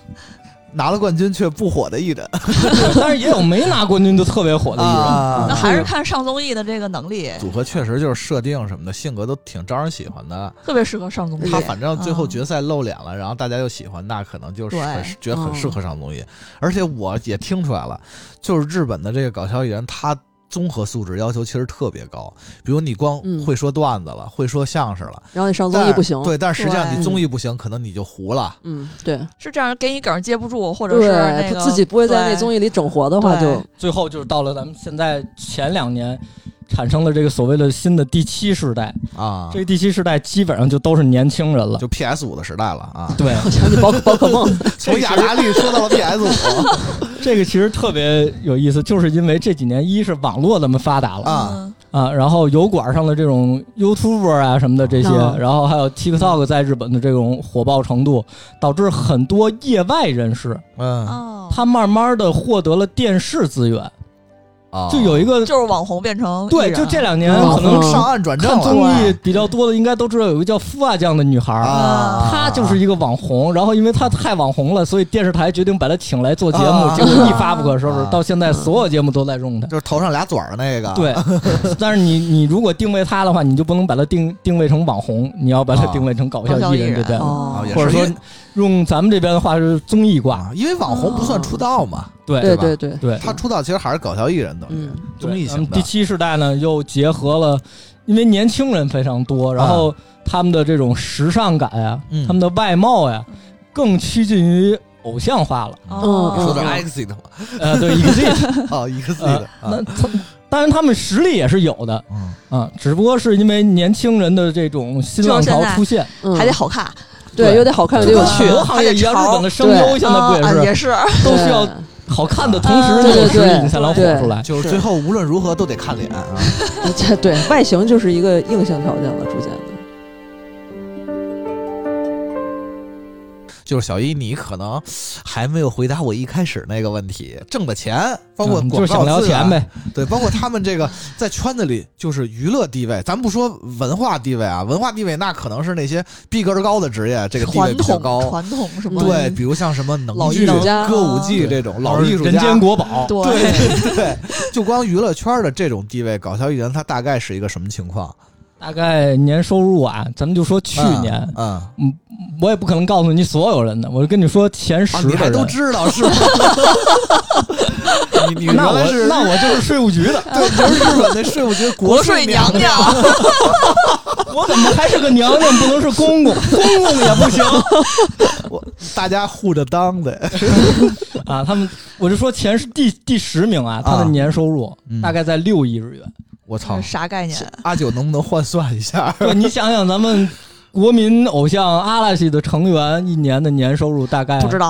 Speaker 1: 拿了冠军却不火的艺人
Speaker 7: 但是也有没拿冠军就特别火的艺人。
Speaker 1: 啊
Speaker 6: 那还是看上综艺的这个能力，
Speaker 1: 组合确实就是设定什么的，性格都挺招人喜欢的。
Speaker 6: 特别适合上综艺。
Speaker 1: 他反正最后
Speaker 6: 嗯
Speaker 1: 决赛露脸了，然后大家又喜欢，那可能就是很
Speaker 6: 对
Speaker 1: 觉得很
Speaker 3: 嗯
Speaker 1: 适合上综艺。而且我也听出来了，就是日本的这个搞笑艺人，他综合素质要求其实特别高。比如你光
Speaker 3: 嗯
Speaker 1: 会说段子了，会说相声了，
Speaker 3: 然后你上综
Speaker 1: 但
Speaker 3: 艺不行，
Speaker 1: 对，但是实际上
Speaker 6: 对
Speaker 1: 你综艺不行，可能你就糊了。
Speaker 3: 嗯，对，
Speaker 6: 是这样，给你梗接不住，或者
Speaker 3: 对
Speaker 6: 是那
Speaker 3: 他
Speaker 6: 个
Speaker 3: 自己不会在那综
Speaker 6: 艺
Speaker 3: 艺里整活的话，
Speaker 6: 对
Speaker 3: 就
Speaker 7: 最后就是到了咱们现在前两年产生了这个所谓的新的第七世代，
Speaker 1: 啊，
Speaker 7: 这个第七世代基本上就都是年轻人了。
Speaker 1: 就 PS 五的时代了啊，
Speaker 7: 对，
Speaker 3: 我想起宝可宝可梦，
Speaker 1: 从雅达利说到了 PS 五
Speaker 7: 这个其实特别有意思，就是因为这几年一是网络那么发达了
Speaker 1: 啊，
Speaker 6: 嗯
Speaker 7: 啊，然后油管上的这种 YouTuber 啊什么的这些，
Speaker 3: 嗯
Speaker 7: 然后还有 TikTok 在日本的这种火爆程度，导致很多业外人士
Speaker 1: 嗯
Speaker 6: 哦，
Speaker 7: 他慢慢的获得了电视资源，
Speaker 1: 啊，
Speaker 7: 就有一个
Speaker 6: 就是网红变成艺
Speaker 7: 对，
Speaker 6: 人
Speaker 7: 就这两年
Speaker 3: 嗯
Speaker 7: 可能
Speaker 1: 上岸转正
Speaker 7: 看
Speaker 1: 了
Speaker 7: 综艺比较多的，应该都知道有一个叫富啊酱的女孩儿。
Speaker 1: 啊，
Speaker 7: 她就是一个网红，然后因为她太网红了，所以电视台决定把她请来做节目，
Speaker 1: 啊
Speaker 7: 结果一发不可收拾。
Speaker 1: 啊
Speaker 7: 到现在，所有节目都在用她。
Speaker 1: 就是头上俩嘴儿那个，
Speaker 7: 对， 但是你你如果定位她的话，你就不能把她定定位成网红，你要把她
Speaker 1: 啊
Speaker 7: 定位成搞
Speaker 6: 搞笑
Speaker 7: 笑艺人这
Speaker 6: 人
Speaker 7: 边，
Speaker 1: 啊，
Speaker 3: 哦
Speaker 1: 也
Speaker 7: 或者
Speaker 1: 是
Speaker 7: 说
Speaker 1: 因为
Speaker 7: 用咱们这边的话是综艺挂。
Speaker 1: 啊，因为网红不算出道嘛，
Speaker 7: 对
Speaker 3: 对
Speaker 1: 吧
Speaker 3: 对对，
Speaker 6: 哦
Speaker 7: 对，
Speaker 1: 他出道其实还是搞笑艺人等于
Speaker 3: 嗯，
Speaker 1: 综艺
Speaker 7: 对咱
Speaker 1: 型
Speaker 7: 们
Speaker 1: 的
Speaker 7: 第七世代呢，又结合了，因为年轻人非常多，然后他们的这种时尚感呀、
Speaker 1: 啊嗯
Speaker 7: 他们的外貌呀，更趋近于偶像 化了。
Speaker 6: 哦
Speaker 3: 嗯
Speaker 1: 啊说点
Speaker 3: 嗯
Speaker 1: exit 嘛，
Speaker 7: 呃，对，exit，
Speaker 1: 啊，exit
Speaker 7: 呃，
Speaker 1: 啊
Speaker 7: 那，他当然他们实力也是有的
Speaker 1: 嗯，
Speaker 7: 啊，只不过是因为年轻人的这种新浪
Speaker 6: 就是
Speaker 7: 潮
Speaker 6: 现在
Speaker 7: 出现，
Speaker 3: 嗯
Speaker 6: 还得好看，
Speaker 3: 对，又得好看又
Speaker 7: 就
Speaker 3: 得有
Speaker 7: 跟
Speaker 3: 趣
Speaker 7: 很，多行业一样，
Speaker 6: 还得
Speaker 7: 日
Speaker 6: 潮
Speaker 7: 本的声优现在不也
Speaker 6: 啊
Speaker 7: 是
Speaker 6: 也是
Speaker 7: 都需要
Speaker 3: 对
Speaker 7: 好看的同时
Speaker 6: 啊
Speaker 7: 又
Speaker 3: 对
Speaker 7: 有实
Speaker 3: 对
Speaker 7: 力，
Speaker 3: 对
Speaker 7: 你才能火
Speaker 3: 对
Speaker 7: 出来。
Speaker 1: 就是
Speaker 3: 是
Speaker 1: 最后无论如何都得看脸啊，
Speaker 3: 这对外形就是一个硬性条件了，逐渐的。
Speaker 1: 就是小一，你可能还没有回答我一开始那个问题，挣的钱，包括
Speaker 7: 嗯
Speaker 1: 广告、啊嗯
Speaker 7: 就是想聊钱，呗，
Speaker 1: 对，包括他们这个在圈子里就是娱乐地位，咱不说文化地位啊，文化地位那可能是那些逼格高的职业，这个地位
Speaker 6: 传
Speaker 1: 比较
Speaker 6: 统
Speaker 1: 高。
Speaker 6: 传统什么
Speaker 1: 对，比如像什么能
Speaker 3: 老
Speaker 1: 剧、啊
Speaker 3: 艺术家
Speaker 1: 歌舞伎这种老艺术家，
Speaker 7: 人间国宝，
Speaker 6: 对
Speaker 1: 对对，就光娱乐圈的这种地位，搞笑艺人他大概是一个什么情况？
Speaker 7: 大概年收入啊，咱们就说去年，
Speaker 1: 嗯，嗯
Speaker 7: 我也不可能告诉你所有人的，我就跟你说前十
Speaker 1: 啊，
Speaker 7: 的
Speaker 1: 你
Speaker 7: 人。
Speaker 1: 还都知道是吗？ 你你原
Speaker 7: 那
Speaker 1: 来
Speaker 7: 我
Speaker 1: 是
Speaker 7: 那我就是税务局的，
Speaker 1: 对，就是日本那税务局
Speaker 6: 国
Speaker 1: 税
Speaker 6: 税娘
Speaker 1: 娘，
Speaker 6: 娘，
Speaker 7: 我怎么还是个娘娘，不能是 公公？公公也不行
Speaker 1: 大家护着当的，
Speaker 7: 啊！他们，我就说前十第第十名啊，他的年收入
Speaker 1: 嗯
Speaker 7: 大概在六亿日 元。
Speaker 1: 我操！
Speaker 6: 啥概念？
Speaker 1: 嗯阿九能不能换算一 下？
Speaker 7: 对，你想想咱们。国民偶像阿拉西的成员一年的年收入大概
Speaker 6: 不知道，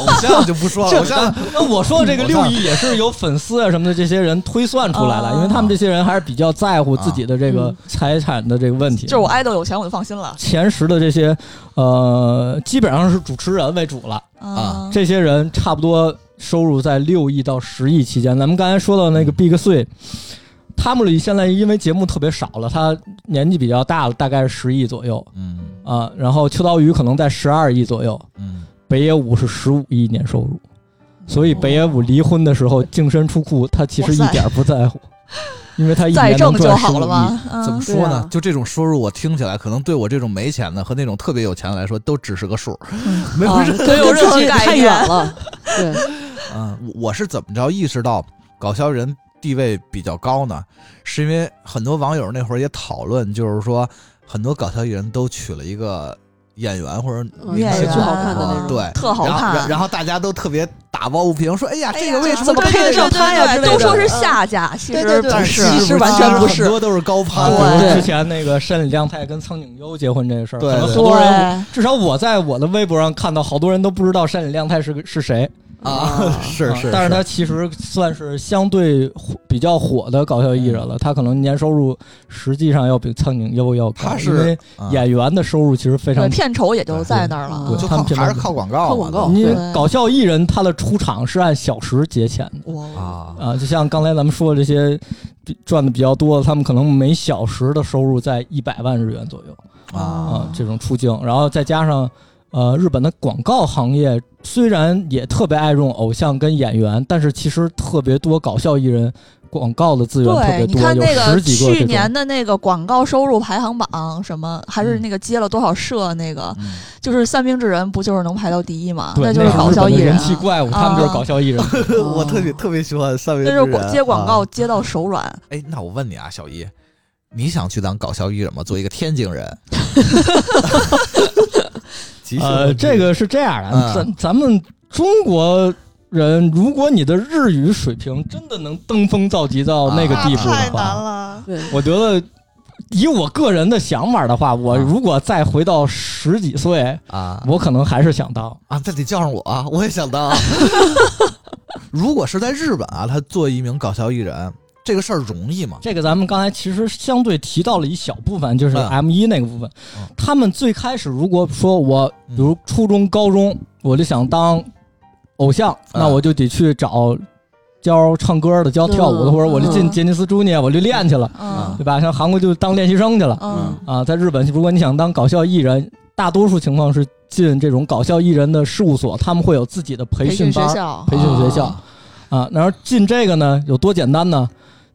Speaker 1: 偶像就不说了，偶像
Speaker 7: 那我说的这个
Speaker 1: 我知道
Speaker 7: 六亿也是由粉丝啊什么的这些人推算出来的，
Speaker 6: 啊
Speaker 7: 因为他们这些人还是比较在乎自己的这个
Speaker 3: 嗯
Speaker 7: 财产的这个
Speaker 1: 嗯
Speaker 7: 问题。
Speaker 6: 就是我爱豆有钱我就放心了
Speaker 7: 前十的这些，呃，基本上是主持人为主了，
Speaker 6: 嗯
Speaker 1: 啊
Speaker 7: 这些人差不多收入在六亿到十亿期间。咱们刚才说到那个
Speaker 1: 嗯
Speaker 7: Big Three，汤姆里现在因为节目特别少了，他年纪比较大了，大概是十亿左右
Speaker 1: 嗯
Speaker 7: 啊。然后秋刀鱼可能在十二亿左右，
Speaker 1: 嗯，
Speaker 7: 北野武是十五亿年收入，所以北野武离婚的时
Speaker 6: 哦
Speaker 7: 候净身出库，他其实一点儿不在 乎，因为他一
Speaker 6: 再
Speaker 7: 年能
Speaker 6: 挣就
Speaker 7: 赚十
Speaker 6: 好了
Speaker 7: 五亿。
Speaker 6: 嘛。嗯
Speaker 1: 怎么说
Speaker 3: 对
Speaker 1: 呢
Speaker 3: 啊？
Speaker 1: 就这种收入，我听起来可能对我这种没钱的和那种特别有钱的来说，都只是个数，没有
Speaker 3: 啊
Speaker 1: 人。
Speaker 6: 没有任
Speaker 3: 跟
Speaker 6: 何
Speaker 3: 自己
Speaker 6: 概念
Speaker 3: 太远了。对，
Speaker 1: 嗯，我我是怎么着意识到搞笑人地位比较高呢？是因为很多网友那会儿也讨论，就是说很多搞笑艺人都娶了一个演员或者
Speaker 3: 嗯
Speaker 1: 明
Speaker 6: 演
Speaker 1: 星啊
Speaker 6: 员
Speaker 3: 巨好看
Speaker 6: 哦
Speaker 3: 的那种
Speaker 1: 对，
Speaker 6: 特好
Speaker 1: 然后然
Speaker 6: 看，
Speaker 1: 然后大家都特别打抱不平，说：“哎呀，
Speaker 6: 哎
Speaker 1: 这
Speaker 6: 呀
Speaker 1: 个为
Speaker 6: 这
Speaker 1: 什
Speaker 6: 怎
Speaker 1: 么
Speaker 6: 么
Speaker 1: 配
Speaker 6: 配
Speaker 1: 得
Speaker 6: 得
Speaker 1: 上
Speaker 6: 上
Speaker 1: 他
Speaker 3: 他
Speaker 1: 呀
Speaker 3: 呀？”
Speaker 1: 之
Speaker 3: 之
Speaker 1: 类的。
Speaker 3: 类
Speaker 6: 都
Speaker 3: 的
Speaker 6: 说是下家，其实
Speaker 3: 对对
Speaker 6: 不
Speaker 1: 但
Speaker 3: 对
Speaker 6: 是嗯
Speaker 1: 是，
Speaker 3: 其实完全不是
Speaker 1: 很多都是高攀。
Speaker 3: 对啊
Speaker 7: 比如
Speaker 3: 对
Speaker 7: 之前那个申亮太跟苍井优结婚这个事儿，
Speaker 1: 对
Speaker 7: 可能很
Speaker 1: 对
Speaker 7: 多人
Speaker 6: 对，
Speaker 7: 至少我在我的微博上看到，好多人都不知道山里亮太是个是谁
Speaker 1: 啊，是
Speaker 7: 啊
Speaker 1: 是，
Speaker 7: 但是他其实算是相对火比较火的搞笑艺人
Speaker 1: 嗯
Speaker 7: 了。他可能年收入实际上要比苍井优要高，
Speaker 1: 他
Speaker 7: 因为
Speaker 1: 是啊
Speaker 7: 演员的收入其实
Speaker 6: 对
Speaker 7: 非常。
Speaker 6: 片酬也就在那儿了。
Speaker 1: 嗯嗯就
Speaker 7: 对
Speaker 1: 靠
Speaker 7: 他们这边
Speaker 1: 还是靠广告嘛，
Speaker 3: 靠广告
Speaker 7: 因为
Speaker 6: 哦对
Speaker 7: 搞笑艺人他的出场是按小时结钱的
Speaker 6: 我
Speaker 1: 啊，
Speaker 7: 啊，就像刚才咱们说的这些比赚的比较多，他们可能每小时的收入在一百万日元左右。
Speaker 1: 啊
Speaker 7: 啊，这种出镜，然后再加上呃，日本的广告行业虽然也特别爱用偶像跟演员，但是其实特别多搞笑艺人广告的资源特
Speaker 6: 对，
Speaker 7: 别
Speaker 6: 你
Speaker 7: 多，
Speaker 6: 看那
Speaker 7: 有
Speaker 6: 个
Speaker 7: 十几个
Speaker 6: 去
Speaker 7: 这种
Speaker 6: 年。的那个广告收入排行榜，什么还
Speaker 7: 嗯
Speaker 6: 是那个接了多少社那个，
Speaker 1: 嗯就是
Speaker 6: 就是三明治人不就是能排到第一吗？
Speaker 7: 对，
Speaker 6: 就是
Speaker 7: 那
Speaker 6: 搞
Speaker 7: 日
Speaker 6: 笑
Speaker 7: 本
Speaker 6: 艺
Speaker 7: 的
Speaker 6: 人
Speaker 7: 人
Speaker 6: 啊，
Speaker 7: 气怪物，他们就是搞笑艺人。
Speaker 3: 哦
Speaker 1: 我特别特别喜欢三维
Speaker 6: 那
Speaker 1: 之
Speaker 6: 就是
Speaker 1: 人。
Speaker 6: 广接广告
Speaker 1: 啊。
Speaker 6: 接到手软。
Speaker 1: 哎，那我问你啊，小一，你想去当搞笑艺人吗？做一个天津 人？极限
Speaker 7: 呃，这个是这样的，
Speaker 1: 嗯
Speaker 7: 咱咱们中国人，如果你的日语水平真的能登峰造极到那个
Speaker 1: 啊
Speaker 7: 地步的
Speaker 1: 太
Speaker 7: 话，
Speaker 6: 了，
Speaker 3: 对，
Speaker 7: 我觉得，以我个人的想法的话，我
Speaker 1: 啊
Speaker 7: 如果再回到十几岁，
Speaker 1: 啊，
Speaker 7: 我可能还是想当。
Speaker 1: 啊，这得叫上我啊，我也想当啊。 如果是在日本啊，他做一名搞笑艺人，这个事儿容易吗？
Speaker 7: 这个咱们刚才其实相对提到了一小部分，就是
Speaker 1: 嗯
Speaker 7: M 一那个部分
Speaker 1: 嗯。
Speaker 7: 他们最开始如果说我，
Speaker 1: 嗯
Speaker 7: 比如初中、高中，我就想当偶像，那我就得去找教唱歌的、教跳舞的，
Speaker 3: 嗯
Speaker 7: 或者我就进
Speaker 6: 嗯
Speaker 7: 杰尼斯专业，我就练去了，
Speaker 1: 啊
Speaker 6: 嗯
Speaker 7: 对吧？像韩国就当练习生去了。
Speaker 6: 嗯
Speaker 7: 啊，在日本，如果你想当搞笑艺人，大多数情况是进这种搞笑艺人的事务所，他们会有自己的培
Speaker 6: 培训
Speaker 7: 训
Speaker 6: 学
Speaker 7: 班儿
Speaker 6: 校，
Speaker 7: 培训学校
Speaker 1: 啊
Speaker 7: 啊。然后进这个呢，有多简单呢？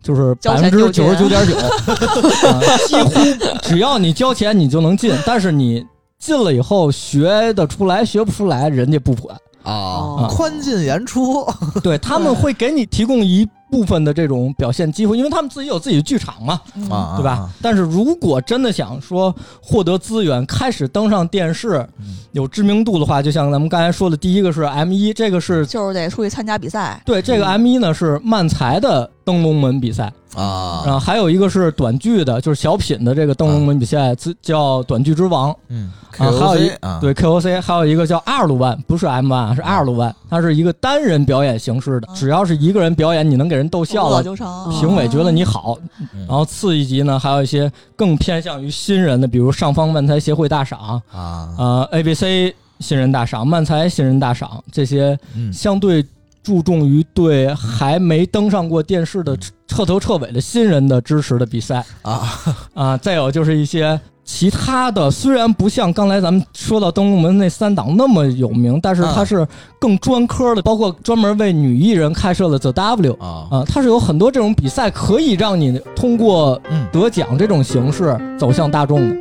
Speaker 7: 就是
Speaker 6: 交
Speaker 7: 百
Speaker 6: 钱
Speaker 7: 分
Speaker 6: 就
Speaker 7: 之
Speaker 6: 进
Speaker 7: 九十 九点九，啊几乎只要你交钱你就能进，但是你进了以后学得出来学不出来，人家 不管。
Speaker 1: 啊
Speaker 6: 哦，
Speaker 1: 宽进严出，
Speaker 7: 对他们会给你提供一部分的这种表现机会，因为他们自己有自己的剧场嘛。
Speaker 6: 嗯
Speaker 1: 啊
Speaker 7: 对吧？？但是如果真的想说获得资源，开始登上电视
Speaker 1: 嗯，
Speaker 7: 有知名度的话，就像咱们刚才说的，第一个是 M 一，这个是
Speaker 6: 就是得出去参加比赛，
Speaker 7: 对这个
Speaker 1: 嗯
Speaker 7: M 一呢是漫才的登龙门比赛，
Speaker 1: 啊，
Speaker 7: 然后还有一个是短剧的，就是小品的这个登龙门比赛，自叫短剧之王。
Speaker 1: 嗯，
Speaker 7: 啊还有一
Speaker 1: KOC 啊，
Speaker 7: 对 KOC，还有一个叫二路万，不是 M 万，啊是二路
Speaker 1: 啊
Speaker 7: 万，它是一个单人表演形式的，
Speaker 6: 嗯
Speaker 7: 只要是一个人表演，你能给人逗笑
Speaker 6: 我
Speaker 7: 了，
Speaker 6: 就成
Speaker 7: 评委觉得你好，
Speaker 1: 嗯
Speaker 7: 然后次一级呢，还有一些更偏向于新人的，比如上方漫才协会大赏，
Speaker 1: 啊
Speaker 7: 呃，ABC 新人大赏、漫才新人大赏这些
Speaker 1: 嗯
Speaker 7: 相对注重于对还没登上过电视的
Speaker 1: 嗯
Speaker 7: 彻头彻尾的新人的支持的比赛
Speaker 1: 啊，
Speaker 7: 啊，再有就是一些其他的，虽然不像刚才咱们说到登龙门那三档那么有名，但是
Speaker 1: 嗯
Speaker 7: 它是更专科的，包括专门为女艺人开设了 The W
Speaker 1: 啊，
Speaker 7: 啊，它是有很多这种比赛可以让你通过
Speaker 1: 嗯
Speaker 7: 得奖这种形式走向大众的。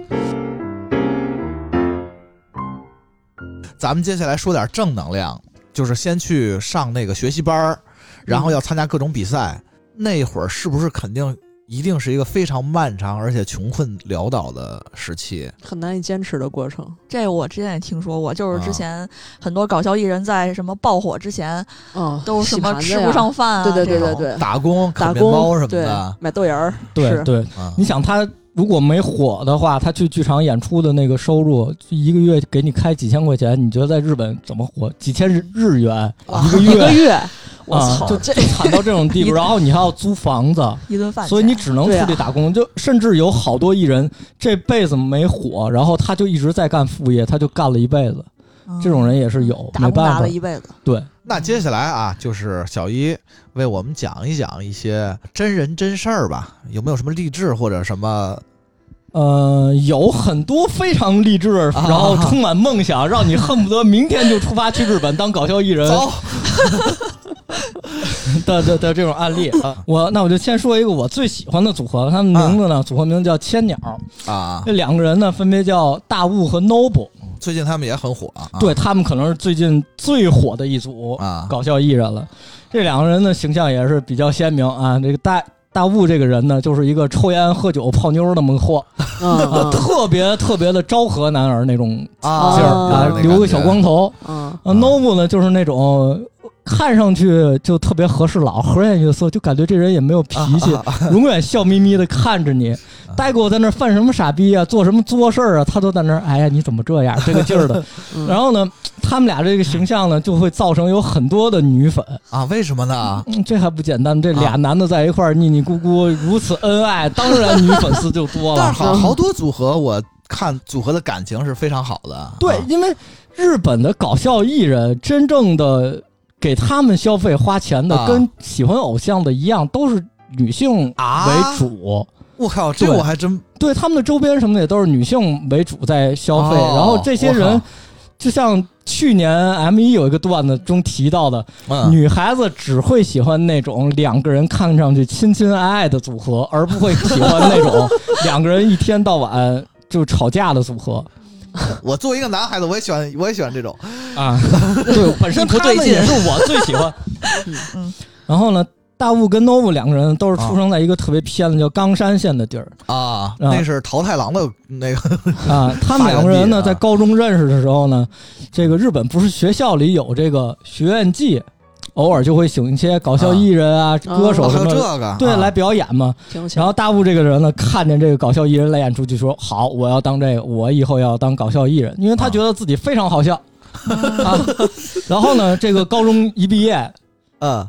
Speaker 1: 咱们接下来说点正能量，就是先去上那个学习班儿，然
Speaker 3: 嗯
Speaker 1: 后要参加各种比赛。那会儿是不是肯定一定是一个非常漫长而且穷困潦倒的时期？
Speaker 3: 很难以坚持的过程。
Speaker 6: 这个我之前也听说过，就是
Speaker 1: 啊
Speaker 6: 之前很多搞笑艺人在什么爆火之前，
Speaker 3: 嗯，
Speaker 6: 都
Speaker 3: 洗
Speaker 6: 什么
Speaker 3: 盘子
Speaker 6: 吃
Speaker 3: 呀
Speaker 6: 不上饭啊，
Speaker 3: 对对对
Speaker 6: 这
Speaker 3: 对
Speaker 6: 种，
Speaker 3: 对，
Speaker 1: 打工、
Speaker 3: 打
Speaker 1: 啃面包
Speaker 3: 工
Speaker 1: 什么
Speaker 3: 对
Speaker 1: 的，
Speaker 3: 买豆芽儿，
Speaker 7: 对
Speaker 3: 是
Speaker 7: 对，
Speaker 1: 啊
Speaker 7: 你想他如果没火的话，他去剧场演出的那个收入，一个月给你开几千块钱，你觉得在日本怎么活？几千日日元啊一个
Speaker 3: 一个
Speaker 7: 月，
Speaker 3: 月，我
Speaker 7: 啊
Speaker 3: 操，，
Speaker 7: 就就惨到这种地步，然后你还要租房子，
Speaker 6: 一顿饭钱，
Speaker 7: 所以你只能出去打工。就甚至有好多艺人这辈子没火，然后他就一直在干副业，他就干了一辈子，
Speaker 6: 嗯
Speaker 7: 这种人也是有，
Speaker 6: 打
Speaker 7: 没
Speaker 6: 工打
Speaker 7: 办
Speaker 6: 了
Speaker 7: 法。
Speaker 6: 一辈子，
Speaker 7: 对，
Speaker 1: 那接下来啊，就是小一为我们讲一讲一些真人真事儿吧，有没有什么励志或者什么？
Speaker 7: 呃，有很多非常励志，
Speaker 1: 啊
Speaker 7: 然后充满梦想，让你恨不得明天就出发去日本当搞笑艺人
Speaker 1: 走，
Speaker 7: 的的的这种案 例。
Speaker 1: 啊
Speaker 7: 我那我就先说一个我最喜欢的组合，他们名字呢，组合名叫千鸟。
Speaker 1: 啊！
Speaker 7: 这两个人呢，分别叫大雾和 Noble，
Speaker 1: 最近他们也很火啊，
Speaker 7: 对他们可能是最近最火的一组
Speaker 1: 啊，
Speaker 7: 搞笑艺人了。这两个人的形象也是比较鲜明啊。这个大大雾这个人呢，就是一个抽烟、喝酒、泡妞儿那么个货，
Speaker 3: 嗯
Speaker 7: 啊，特别特别的昭和男儿那种
Speaker 1: 啊
Speaker 7: 劲儿
Speaker 3: 啊
Speaker 7: 啊
Speaker 1: 有那，
Speaker 7: 留个
Speaker 1: 感觉
Speaker 7: 小光头。
Speaker 3: 嗯
Speaker 7: 啊，Noble 呢，就是那种看上去就特别和事佬、和颜悦色，就感觉这人也没有脾气，
Speaker 1: 啊
Speaker 7: 永远笑眯眯的看着你。待过在那儿犯什么傻逼啊，做什么作事儿啊，他都在那儿，哎呀，你怎么 这样，这个劲儿的。
Speaker 3: 嗯，
Speaker 7: 然后呢，他们俩这个形象
Speaker 1: 嗯
Speaker 7: 呢，就会造成有很多的女粉。
Speaker 1: 啊，为什么呢？
Speaker 7: 嗯，这还不简单，这
Speaker 1: 啊
Speaker 7: 俩男的在一块儿腻腻咕咕，如此恩爱，当然女粉丝就多
Speaker 1: 但
Speaker 7: 了
Speaker 1: 是。好好多组合，我看组合的感情是非常好的。
Speaker 7: 对
Speaker 1: 啊，
Speaker 7: 因为日本的搞笑艺人真正的给他们消费花钱的
Speaker 1: 啊，
Speaker 7: 跟喜欢偶像的一样，都是女性
Speaker 1: 啊
Speaker 7: 为主。
Speaker 1: 我靠，这
Speaker 7: 对
Speaker 1: 我还真
Speaker 7: 对他们的周边什么的也都是女性为主在消费，
Speaker 1: 哦
Speaker 7: 然后这些
Speaker 1: 我
Speaker 7: 人
Speaker 1: 靠
Speaker 7: 就像去年 M 一有一个段子中提到的，
Speaker 1: 嗯
Speaker 7: 女孩子只会喜欢那种两个人看上去亲亲爱爱的组合，而不会喜欢那 种两个人一天到晚就吵架的组合
Speaker 1: 我作为一个男孩子，我也喜欢，我也喜欢这种
Speaker 7: 啊。 对，本身
Speaker 6: 不
Speaker 7: 他
Speaker 6: 对
Speaker 7: 们
Speaker 6: 劲
Speaker 7: 也是我最喜欢
Speaker 3: 嗯。
Speaker 6: 嗯
Speaker 7: 然后呢，大雾跟 Novo 两个人都是出生在一个特别偏的叫冈山县的地儿
Speaker 1: 啊，那是桃太郎的那个
Speaker 7: 啊。他们两个人
Speaker 1: 发源地
Speaker 7: 呢，
Speaker 1: 啊
Speaker 7: 在高中认识的时候呢，这个日本不是学校里有这个学院祭，偶尔就会请一些搞笑艺人啊、歌手
Speaker 1: 哦，还
Speaker 7: 什
Speaker 1: 有
Speaker 7: 么
Speaker 1: 这
Speaker 7: 的。
Speaker 1: 个
Speaker 7: 对，
Speaker 1: 啊
Speaker 7: 来表演嘛。
Speaker 3: 挺有钱
Speaker 7: 然后大雾这个人呢，看见这个搞笑艺人来演出，就说：“好，我要当这个，我以后要当搞笑艺人，因为他觉得自己非常好笑 啊。”然后呢，这个高中一毕业，
Speaker 1: 嗯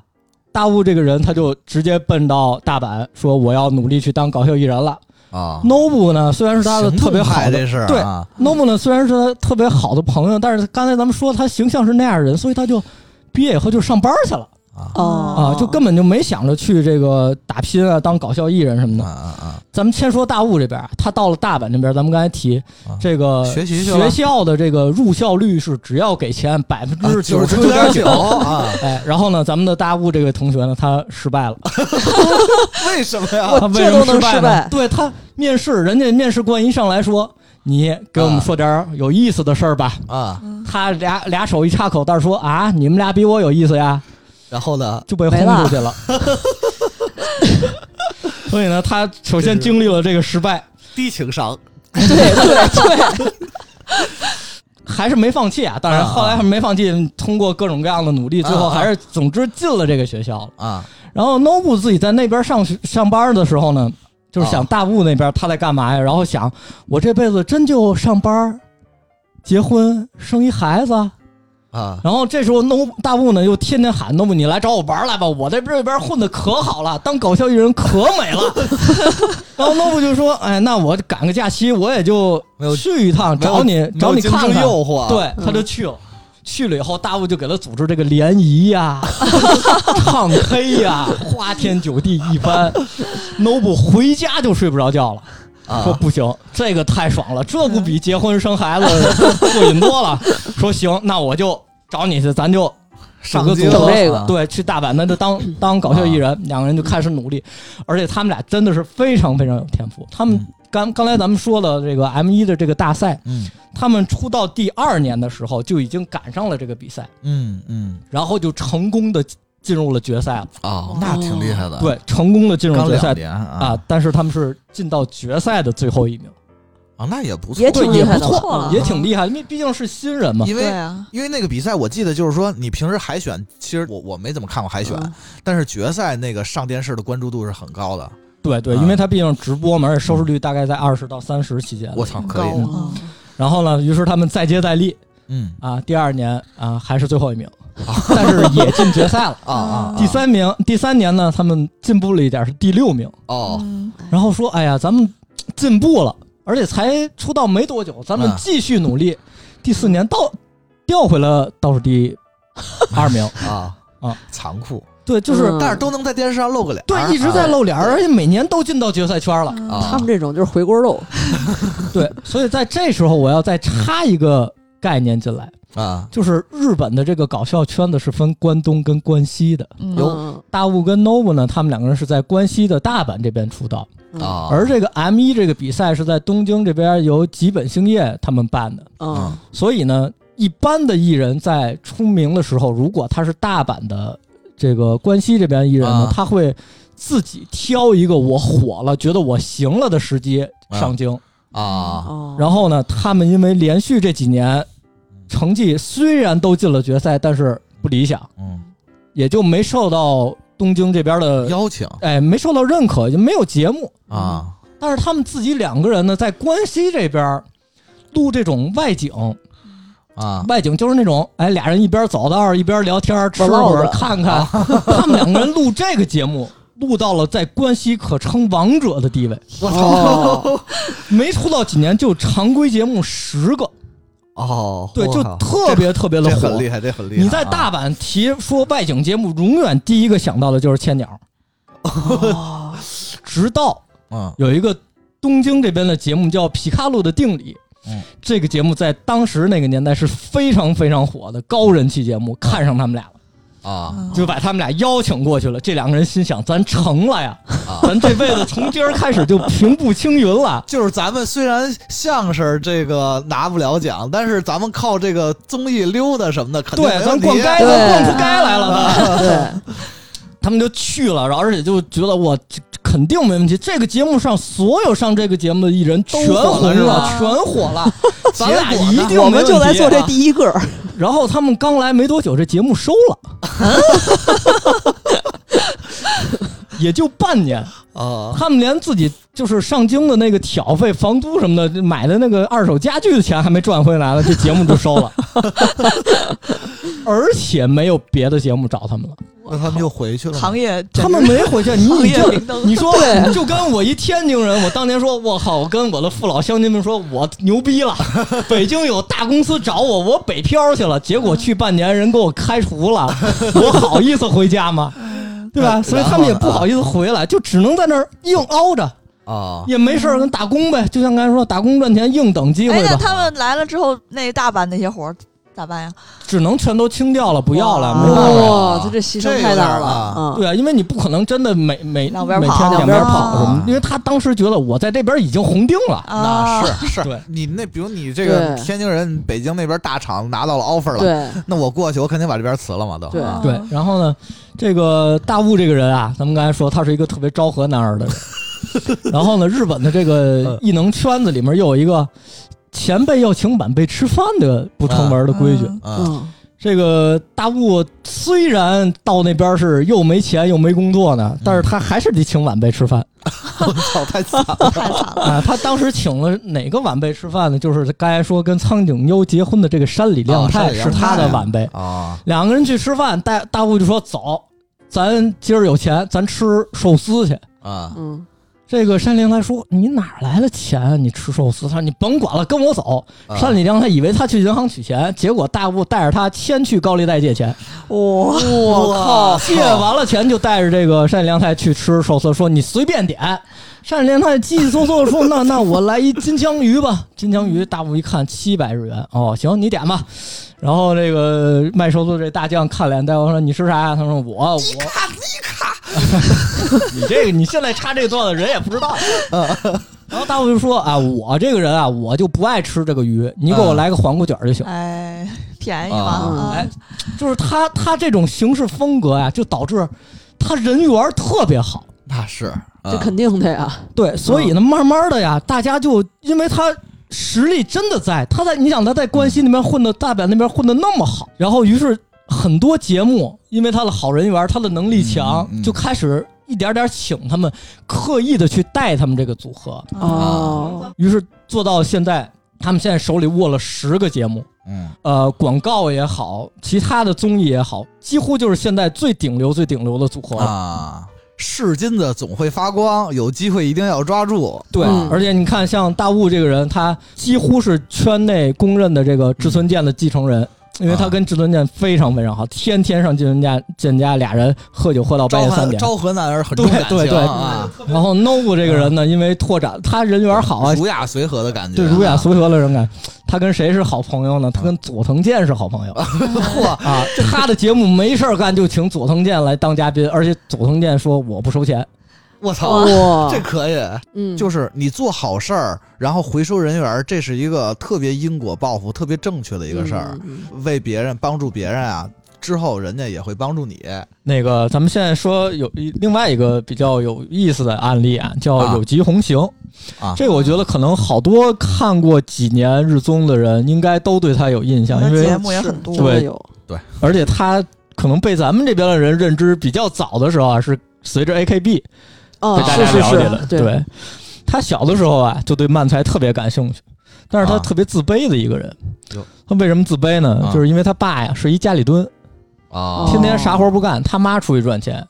Speaker 7: 大雾这个人他就直接奔到大阪，说：“我要努力去当搞笑艺人了。
Speaker 1: 啊
Speaker 7: Nobu 呢，虽然是他的
Speaker 1: 行动
Speaker 7: 特别好
Speaker 1: 派
Speaker 7: 的
Speaker 1: 这是
Speaker 7: 对
Speaker 1: 啊
Speaker 7: Nobu 呢，虽然是他特别好的朋友，但是刚才咱们说他形象是那样的人，所以他就毕业以后就上班去了
Speaker 1: 啊
Speaker 7: 啊，
Speaker 6: 哦
Speaker 7: 就根本就没想着去这个打拼啊，当搞笑艺人什么
Speaker 1: 啊
Speaker 7: 的。
Speaker 1: 啊
Speaker 7: 咱们先说大雾这边，他到了大阪那边，咱们刚才提
Speaker 1: 啊
Speaker 7: 这个
Speaker 1: 学习去了
Speaker 7: 学校的这个入校率是只要给钱百分
Speaker 1: 啊，
Speaker 7: 之九十
Speaker 1: 九
Speaker 7: 九点
Speaker 1: 九
Speaker 7: 九。
Speaker 1: 啊，
Speaker 7: 哎，然后呢，咱们的大雾这位同学呢，他失败了。
Speaker 1: 为什么呀？
Speaker 7: 他为
Speaker 3: 这
Speaker 7: 什
Speaker 3: 都
Speaker 7: 么
Speaker 3: 能
Speaker 7: 败
Speaker 3: 失
Speaker 7: 呢
Speaker 3: 败？
Speaker 7: 对他面试，人家面试官一上来说：“你给我们说点儿有意思的事儿吧。
Speaker 1: 啊，
Speaker 6: 嗯
Speaker 7: 他俩俩手一插口袋说：“啊，你们俩比我有意思呀
Speaker 1: 然后呢？”？
Speaker 7: 就被轰
Speaker 3: 没了
Speaker 7: 出去 了。所以呢，他首先经历了这个失败，
Speaker 1: 低情商
Speaker 3: 对对对，
Speaker 7: 还是没放弃啊。当然，
Speaker 1: 啊啊
Speaker 7: 后来还是没放弃，通过各种各样的努力，最
Speaker 1: 啊
Speaker 7: 后
Speaker 1: 啊
Speaker 7: 还是总之进了这个学校了。
Speaker 1: 啊
Speaker 7: 然后 Nobu 自己在那边上学上班的时候呢，就是想
Speaker 1: 啊
Speaker 7: 大雾那边他在干嘛呀？然后想我这辈子真就上班、结婚、生一孩子，
Speaker 1: 啊，
Speaker 7: 然后这时候 No 大木呢又天天喊 No 木你来找我玩儿来吧，我在这边混的可好了，当搞笑艺人可 美了。然后 No 木就说：“哎，那我赶个假期，我也就
Speaker 1: 没有
Speaker 7: 去一趟找你
Speaker 1: 没有
Speaker 7: 找你
Speaker 1: 竞争
Speaker 7: 看看。
Speaker 1: 诱”惑，，啊
Speaker 7: 对，他就去了。去了以后，大木就给他组织这个联谊呀、 唱 K 呀、花天酒地一番。Nobu 回家就睡不着觉了，说
Speaker 1: 啊，
Speaker 7: 不行，这个太爽了，这不比结婚生孩子 过瘾多了。说行，那我就找你去，咱就
Speaker 1: 上
Speaker 7: 个
Speaker 1: 街
Speaker 7: 组合
Speaker 3: 整这个
Speaker 7: 对，去大阪那就当当搞笑艺
Speaker 1: 啊
Speaker 7: 人，两个人就开始努力，而且他们俩真的是非常非常有天赋。他们
Speaker 1: 嗯
Speaker 7: 刚刚才咱们说的这个 M 一的这个大赛，
Speaker 1: 嗯
Speaker 7: 他们出道第二年的时候就已经赶上了这个比赛，
Speaker 1: 嗯嗯，
Speaker 7: 然后就成功的进入了决赛了。
Speaker 1: 哦，那挺厉害的，，
Speaker 7: 对，成功的进入
Speaker 1: 刚
Speaker 7: 决
Speaker 1: 两
Speaker 7: 赛
Speaker 1: 年
Speaker 7: 啊
Speaker 1: 啊，，
Speaker 7: 但是他们是进到决赛的最后一名，
Speaker 1: 啊，那也不错，
Speaker 3: 也
Speaker 7: 对，
Speaker 3: 挺
Speaker 7: 也
Speaker 3: 厉害
Speaker 7: 不
Speaker 3: 的
Speaker 7: 错
Speaker 6: 了
Speaker 7: 啊，也挺厉害，因为毕竟是新人嘛。
Speaker 1: 因
Speaker 6: 对
Speaker 1: 为
Speaker 6: 啊，
Speaker 1: 因为那个比赛，我记得就是说，你平时海选，其实我我没怎么看过海选，
Speaker 3: 嗯
Speaker 1: 但是决赛那个上电视的关注度是很高的。
Speaker 7: 对对，
Speaker 1: 啊
Speaker 7: 因为他毕竟直播嘛，而且收视率大概在二十到三十期间。
Speaker 1: 我操，哦可以
Speaker 6: 高
Speaker 1: 的，
Speaker 6: 嗯
Speaker 7: 然后呢，于是他们再接再厉
Speaker 1: 嗯
Speaker 7: 啊，第二年啊还是最后一名，但是也进决赛了。
Speaker 1: 啊 啊，
Speaker 7: 第三名，第三年呢，他们进步了一点，是第六名。
Speaker 1: 哦，
Speaker 6: 嗯
Speaker 7: 然后说，哎呀，咱们进步了，而且才出道没多久，咱们
Speaker 1: 嗯
Speaker 7: 继续努力。第四年倒调回了倒数第二名。
Speaker 1: 啊
Speaker 7: 啊，
Speaker 1: 残酷，
Speaker 7: 对，就是
Speaker 3: 嗯
Speaker 1: 但是都能在电视上露个脸儿，
Speaker 7: 对，一直
Speaker 1: 嗯
Speaker 7: 在露脸儿，而且每年都进到决赛圈了。
Speaker 1: 啊。
Speaker 6: 嗯
Speaker 1: 啊
Speaker 3: 他们这种就是回锅肉，
Speaker 7: 对，所以在这时候，我要再插一个概念进来，
Speaker 1: 啊，
Speaker 7: 就是日本的这个搞笑圈子是分关东跟关西的。
Speaker 6: 嗯
Speaker 3: 有
Speaker 7: 大雾跟 Novo 呢，他们两个人是在关西的大阪这边出道，
Speaker 3: 嗯
Speaker 1: 啊，
Speaker 7: 而这个 M 1这个比赛是在东京这边由吉本兴业他们办的。
Speaker 3: 嗯
Speaker 7: 所以呢，一般的艺人在出名的时候，如果他是大阪的这个关西这边艺人呢，
Speaker 1: 啊
Speaker 7: 他会自己挑一个我火了、觉得我行了的时机上京。
Speaker 1: 啊，
Speaker 3: 哦，
Speaker 7: 然后呢，他们因为连续这几
Speaker 1: 嗯
Speaker 7: 年成绩虽然都进了决赛，但是不理想，
Speaker 1: 嗯，
Speaker 7: 也就没受到东京这边的
Speaker 1: 邀请
Speaker 7: 哎没受到认可，就没有节目。
Speaker 1: 啊，
Speaker 7: 但是他们自己两个人呢，在关西这边录这种外景，
Speaker 1: 啊，
Speaker 7: 外景就是那种，哎，俩人一边走道儿一边聊天儿，吃
Speaker 3: 唠
Speaker 7: 会儿
Speaker 3: 着
Speaker 7: 看看。
Speaker 1: 啊
Speaker 7: 他们两个人录这个节目，录到了在关西可称王者的地位。
Speaker 1: 我
Speaker 3: 哦
Speaker 1: 操，
Speaker 7: 没出道几年就常规节目十个，
Speaker 1: 哦，
Speaker 7: 对，
Speaker 1: 我
Speaker 7: 就
Speaker 1: 靠
Speaker 7: 特别特别的
Speaker 1: 这
Speaker 7: 火
Speaker 1: 很。厉害，这很厉害啊。
Speaker 7: 你在大阪提说外景节目，永远第一个想到的就是千鸟。
Speaker 1: 哦
Speaker 7: 直到
Speaker 1: 嗯
Speaker 7: 有一个东京这边的节目叫《皮卡洛的定理》
Speaker 1: 嗯，
Speaker 7: 这个节目在当时那个年代是非常非常火的高人气节目，看上他们俩了。
Speaker 6: 嗯
Speaker 1: 啊
Speaker 7: 就把他们俩邀请过去了。这两个人心想：咱成了呀，
Speaker 1: 啊，
Speaker 7: 咱这辈子从今儿开始就平步青云了。
Speaker 1: 就是咱们虽然相声这个拿不了奖，但是咱们靠这个综艺溜达什么 的，肯定
Speaker 7: 对，
Speaker 1: 没
Speaker 7: 咱
Speaker 1: 问题啊
Speaker 7: 逛街
Speaker 3: 对
Speaker 7: 咱逛出街来了吧？
Speaker 3: 对，
Speaker 7: 他们就去了，然后而且就觉得我这肯定没问题。这个节目上所有上这个节目的艺人全
Speaker 1: 都火
Speaker 7: 红
Speaker 1: 了是
Speaker 7: 了
Speaker 6: 吧，
Speaker 7: 全火 了，咱俩
Speaker 1: 结果
Speaker 7: 一
Speaker 1: 呢
Speaker 7: 定 没
Speaker 3: 我们
Speaker 7: 问题
Speaker 3: 就来做这
Speaker 7: 啊。
Speaker 3: 第一个，
Speaker 7: 然后他们刚来没多久，这节目收了， 也就半年。
Speaker 1: 啊
Speaker 7: 他们连自己就是上京的那个挑费、房租什么的，买的那个二手家具的钱还没赚回来了，这节目就收了，而且没有别的节目找他们了，
Speaker 1: 那他们又回去了吗
Speaker 6: 行业
Speaker 7: 他们没回去。你
Speaker 6: 行
Speaker 7: 你
Speaker 6: 业
Speaker 7: 就
Speaker 6: 明灯
Speaker 7: 你说就跟我一天津人，我当年说我靠，我跟我的父老乡亲们说我牛逼了，北京有大公司找我，我北漂去了，结果去半年人给我开除了，我好意思回家吗？对吧？
Speaker 1: 嗯
Speaker 7: 所以他们也
Speaker 1: 然后
Speaker 7: 不
Speaker 1: 呢
Speaker 7: 好意思回来，就只能在那儿硬凹着。
Speaker 1: 啊
Speaker 7: 也没事儿，跟打工呗，就像刚才说，打工赚钱，硬等机
Speaker 6: 哎
Speaker 7: 会，
Speaker 6: 那
Speaker 7: 吧，
Speaker 6: 他们来了之后，那大阪那些活儿咋办呀？
Speaker 7: 只能全都清掉了，不要了，
Speaker 6: 哇
Speaker 7: 没
Speaker 1: 哦
Speaker 7: 办法。
Speaker 3: 哇，哦他这牺牲太大了啊！
Speaker 7: 对啊，因为你不可能真的每每
Speaker 6: 两
Speaker 7: 每
Speaker 6: 边跑
Speaker 7: 天两边跑什么
Speaker 1: 啊，
Speaker 7: 因为他当时觉得我在这边已经红定了，
Speaker 6: 啊，
Speaker 1: 那是是
Speaker 7: 对，
Speaker 1: 你那比如你这个
Speaker 3: 对
Speaker 1: 天津人，北京那边大厂拿到了 offer 了，
Speaker 3: 对，
Speaker 1: 那我过去我肯定把这边辞了嘛，都
Speaker 3: 对
Speaker 1: 啊
Speaker 7: 对。
Speaker 6: 嗯
Speaker 7: 然后呢，这个大雾这个人啊，咱们刚才说他是一个特别昭和男 儿的人，然后呢，日本的这
Speaker 1: 嗯
Speaker 7: 个艺能圈子里面又有一个前辈要请晚辈吃饭的不成文的规矩，
Speaker 6: 嗯
Speaker 1: 嗯
Speaker 3: 嗯
Speaker 7: 这个大陆虽然到那边是又没钱又没工作
Speaker 1: 嗯
Speaker 7: 呢，但是他还是得请晚辈吃饭
Speaker 1: 我
Speaker 3: 嗯
Speaker 1: 操，太惨 了！
Speaker 6: 太惨
Speaker 1: 嗯
Speaker 6: 了。
Speaker 7: 啊。他当时请了哪个晚辈吃饭呢？就是刚才说跟苍井优结婚的这个山里亮
Speaker 1: 啊
Speaker 7: 太
Speaker 1: 山里
Speaker 7: 是
Speaker 1: 亮
Speaker 7: 他
Speaker 1: 太
Speaker 7: 的
Speaker 1: 啊
Speaker 7: 晚辈。
Speaker 1: 啊，
Speaker 7: 两个人去吃饭，大大雾就说走，咱今儿有钱，咱吃寿司去。
Speaker 1: 啊，
Speaker 3: 嗯，
Speaker 7: 这个山里亮太说：“你哪儿来的钱啊？你吃寿司？”他说：“你甭管了，跟我走。”
Speaker 3: 啊
Speaker 7: 山里亮太以为他去银行取钱，结果大雾带着他先去高利贷借钱，
Speaker 3: 哇，
Speaker 1: 我靠，
Speaker 7: 借完了钱就带着这个山里亮太去吃寿司，说：“你随便点。”山里亮太急急嗖嗖地说：“那 那我来一金枪鱼吧。”金枪鱼大雾一看七百日元，哦，行，你点吧。然后这个卖寿司这大将看脸带我说：“你吃啥呀、他说：“我我。” 你这个你现在插这段子，人也不知道。然后大伙就说啊，我这个人啊，我就不爱吃这个鱼，你给我来个黄瓜卷儿就行。
Speaker 6: 哎，便宜
Speaker 1: 啊
Speaker 6: 嘛，嗯
Speaker 7: 哎，就是他他这种行事风格啊，就导致他人缘儿特别好。
Speaker 1: 那是
Speaker 3: 这肯定的呀，
Speaker 1: 嗯
Speaker 7: 对，所以呢，慢慢的呀，大家就因为他。实力真的在，他在你想他在关西那边混的，大阪那边混的那么好，然后于是很多节目，因为他的好人缘，他的能力强，
Speaker 1: 嗯嗯
Speaker 7: 就开始一点点请他们，刻意的去带他们这个组合，
Speaker 6: 啊嗯
Speaker 3: 哦，
Speaker 7: 于是做到现在，他们现在手里握了十个节目，
Speaker 1: 嗯
Speaker 7: 呃，广告也好，其他的综艺也好，几乎就是现在最顶流、最顶流的组合了。
Speaker 1: 啊，是金子总会发光，有机会一定要抓住。
Speaker 7: 对，
Speaker 3: 嗯
Speaker 7: 而且你看，像大雾这个人，他几乎是圈内公认的这个志村健的继承人。因为他跟志村健非常非常好，天天上志村健健家俩人喝酒喝到半
Speaker 1: 昭
Speaker 7: 夜三
Speaker 1: 和
Speaker 7: 点。
Speaker 1: 昭和男儿很重感情
Speaker 7: 对对嗯对
Speaker 1: 啊，
Speaker 7: 然后 NOVO 这个人呢，因为拓展他人缘好啊，
Speaker 1: 儒雅随和的感觉，啊
Speaker 7: 对儒雅随和的人感，他跟谁是好朋友呢？他跟佐藤健是好朋友。
Speaker 1: 嚯，
Speaker 7: 啊，他的节目没事儿干就请佐藤健来当嘉宾，而且佐藤健说我不收钱，
Speaker 1: 我操，
Speaker 3: 哇
Speaker 1: 这，可以。
Speaker 3: 嗯，
Speaker 1: 就是你做好事儿，然后回收人缘儿，这是一个特别因果报复、特别正确的一个事儿。
Speaker 3: 嗯，
Speaker 1: 为别人帮助别人啊，之后人家也会帮助你。
Speaker 7: 那个，咱们现在说有一另外一个比较有意思的案例啊，
Speaker 1: 啊
Speaker 7: 叫有吉红行
Speaker 1: 啊
Speaker 7: 这个我觉得可能好多看过几年日综的人应该都对他有印象，因
Speaker 6: 那节
Speaker 7: 为
Speaker 6: 目也很多
Speaker 3: 真的
Speaker 7: 对
Speaker 3: 嗯有，
Speaker 7: 而且他可能被咱们这边的人认知比较早的时候啊，是随着 AKB
Speaker 3: 哦
Speaker 7: 被，大
Speaker 3: 是
Speaker 7: 家
Speaker 3: 是
Speaker 7: 了解的。
Speaker 3: 是，，
Speaker 7: 对，他小的时候啊，就对漫才特别感兴趣，但是他
Speaker 1: 啊
Speaker 7: 特别自卑的一个人
Speaker 1: 哟。
Speaker 7: 他为什么自卑呢
Speaker 1: 啊？
Speaker 7: 就是因为他爸呀是一家里蹲，
Speaker 1: 啊
Speaker 7: 天天啥活不干，他妈出去赚钱。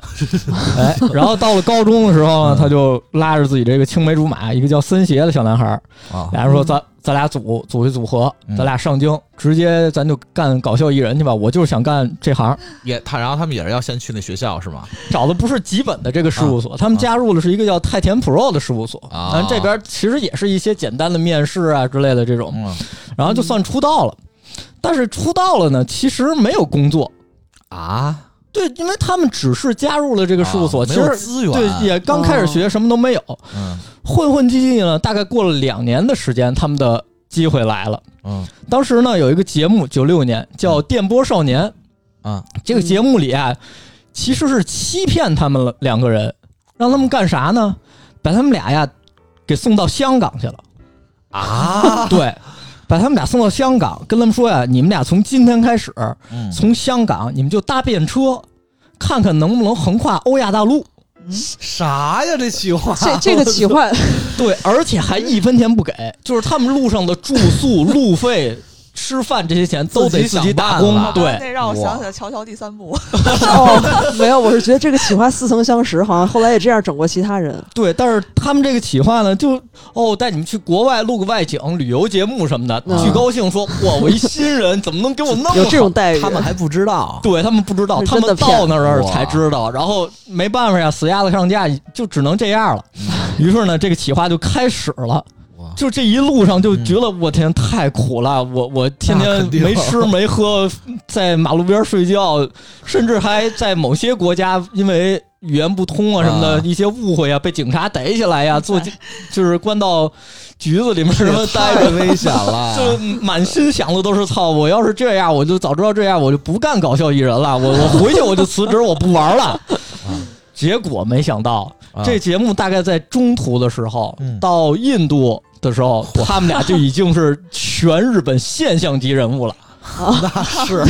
Speaker 7: 哎，然后到了高中的时候
Speaker 1: 嗯
Speaker 7: 呢，他就拉着自己这个青梅竹马一个叫森邪的小男孩儿，
Speaker 1: 啊
Speaker 7: 俩人说咱咱俩组组一组合
Speaker 1: 嗯，
Speaker 7: 咱俩上京，直接咱就干搞笑艺人去吧。我就是想干这行，
Speaker 1: 也他，然后他们也是要先去那学校是吗？
Speaker 7: 找的不是吉本的这个事务所，他们加入了是一个叫太田 Pro 的事务所。
Speaker 1: 啊
Speaker 7: 咱这边其实也是一些简单的面试啊之类的这种，
Speaker 1: 嗯
Speaker 7: 然后就算出道了。但是出道了呢，其实没有工作。
Speaker 1: 啊，
Speaker 7: 对，因为他们只是加入了这
Speaker 1: 这
Speaker 7: 个事务所，其
Speaker 1: 啊没有
Speaker 7: 实
Speaker 1: 资源，
Speaker 7: 对，也刚开始学，什么都没有，
Speaker 1: 嗯
Speaker 7: 混混迹迹呢。大概过了两年的时间，他们的机会来了。
Speaker 1: 嗯
Speaker 7: 当时呢，有一个节目，九六年叫《电波少年》
Speaker 1: 啊，
Speaker 7: 这个节目里啊，其实是欺骗他们了两个人，让他们干啥呢？把他们俩呀给送到香港去 了。
Speaker 1: 啊，
Speaker 7: 对，把他们俩送到香港，跟他们说呀，你们俩从今天开始，
Speaker 1: 嗯
Speaker 7: 从香港你们就搭便车，看看能不能横跨欧亚大陆。
Speaker 1: 啥呀？这企划，
Speaker 3: 这这个企划，
Speaker 7: 对，而且还一分钱不给，就是他们路上的住宿、路费、吃饭这些钱都得自己打工
Speaker 1: 自己想办法。
Speaker 7: 对，
Speaker 6: 那让我想起了《乔乔》第三部，
Speaker 3: 哦，没有，我是觉得这个企划似曾相识，好像后来也这样整过其他人，
Speaker 7: 对，但是他们这个企划呢，就哦带你们去国外录个外景、旅游节目什么的，
Speaker 3: 嗯
Speaker 7: 巨高兴说，哇，我一新人怎么能给我弄
Speaker 3: 有这种待遇，
Speaker 1: 他们还不知道，
Speaker 7: 对他们不知道，
Speaker 3: 是
Speaker 7: 他
Speaker 3: 真的
Speaker 7: 们到那儿
Speaker 1: 骗
Speaker 7: 才知道，然后没办法呀，死鸭子上架，就只能这样了。于是呢，这个企划就开始了
Speaker 1: 嗯哇。嗯
Speaker 7: 就这一路上就觉得我天太苦了，我我天
Speaker 1: 那
Speaker 7: 天
Speaker 1: 肯定
Speaker 7: 没 吃没喝，在马路边睡觉，甚至还在某些国家因为语言不通啊什么
Speaker 1: 啊
Speaker 7: 的一些误会啊，被警察逮起来 呀，做就是关到局子里面什么待着
Speaker 1: 太危险了，
Speaker 7: 就满心想的都是操！我要是这样，我就早知道这样，我就不干搞笑艺人了。我 我回去我就辞职，我不玩了。结果没想到，
Speaker 1: 啊
Speaker 7: 这节目大概在中途的时候，
Speaker 1: 嗯
Speaker 7: 到印度的时候，他们俩就已经是全日本现象级人物了。
Speaker 1: 那是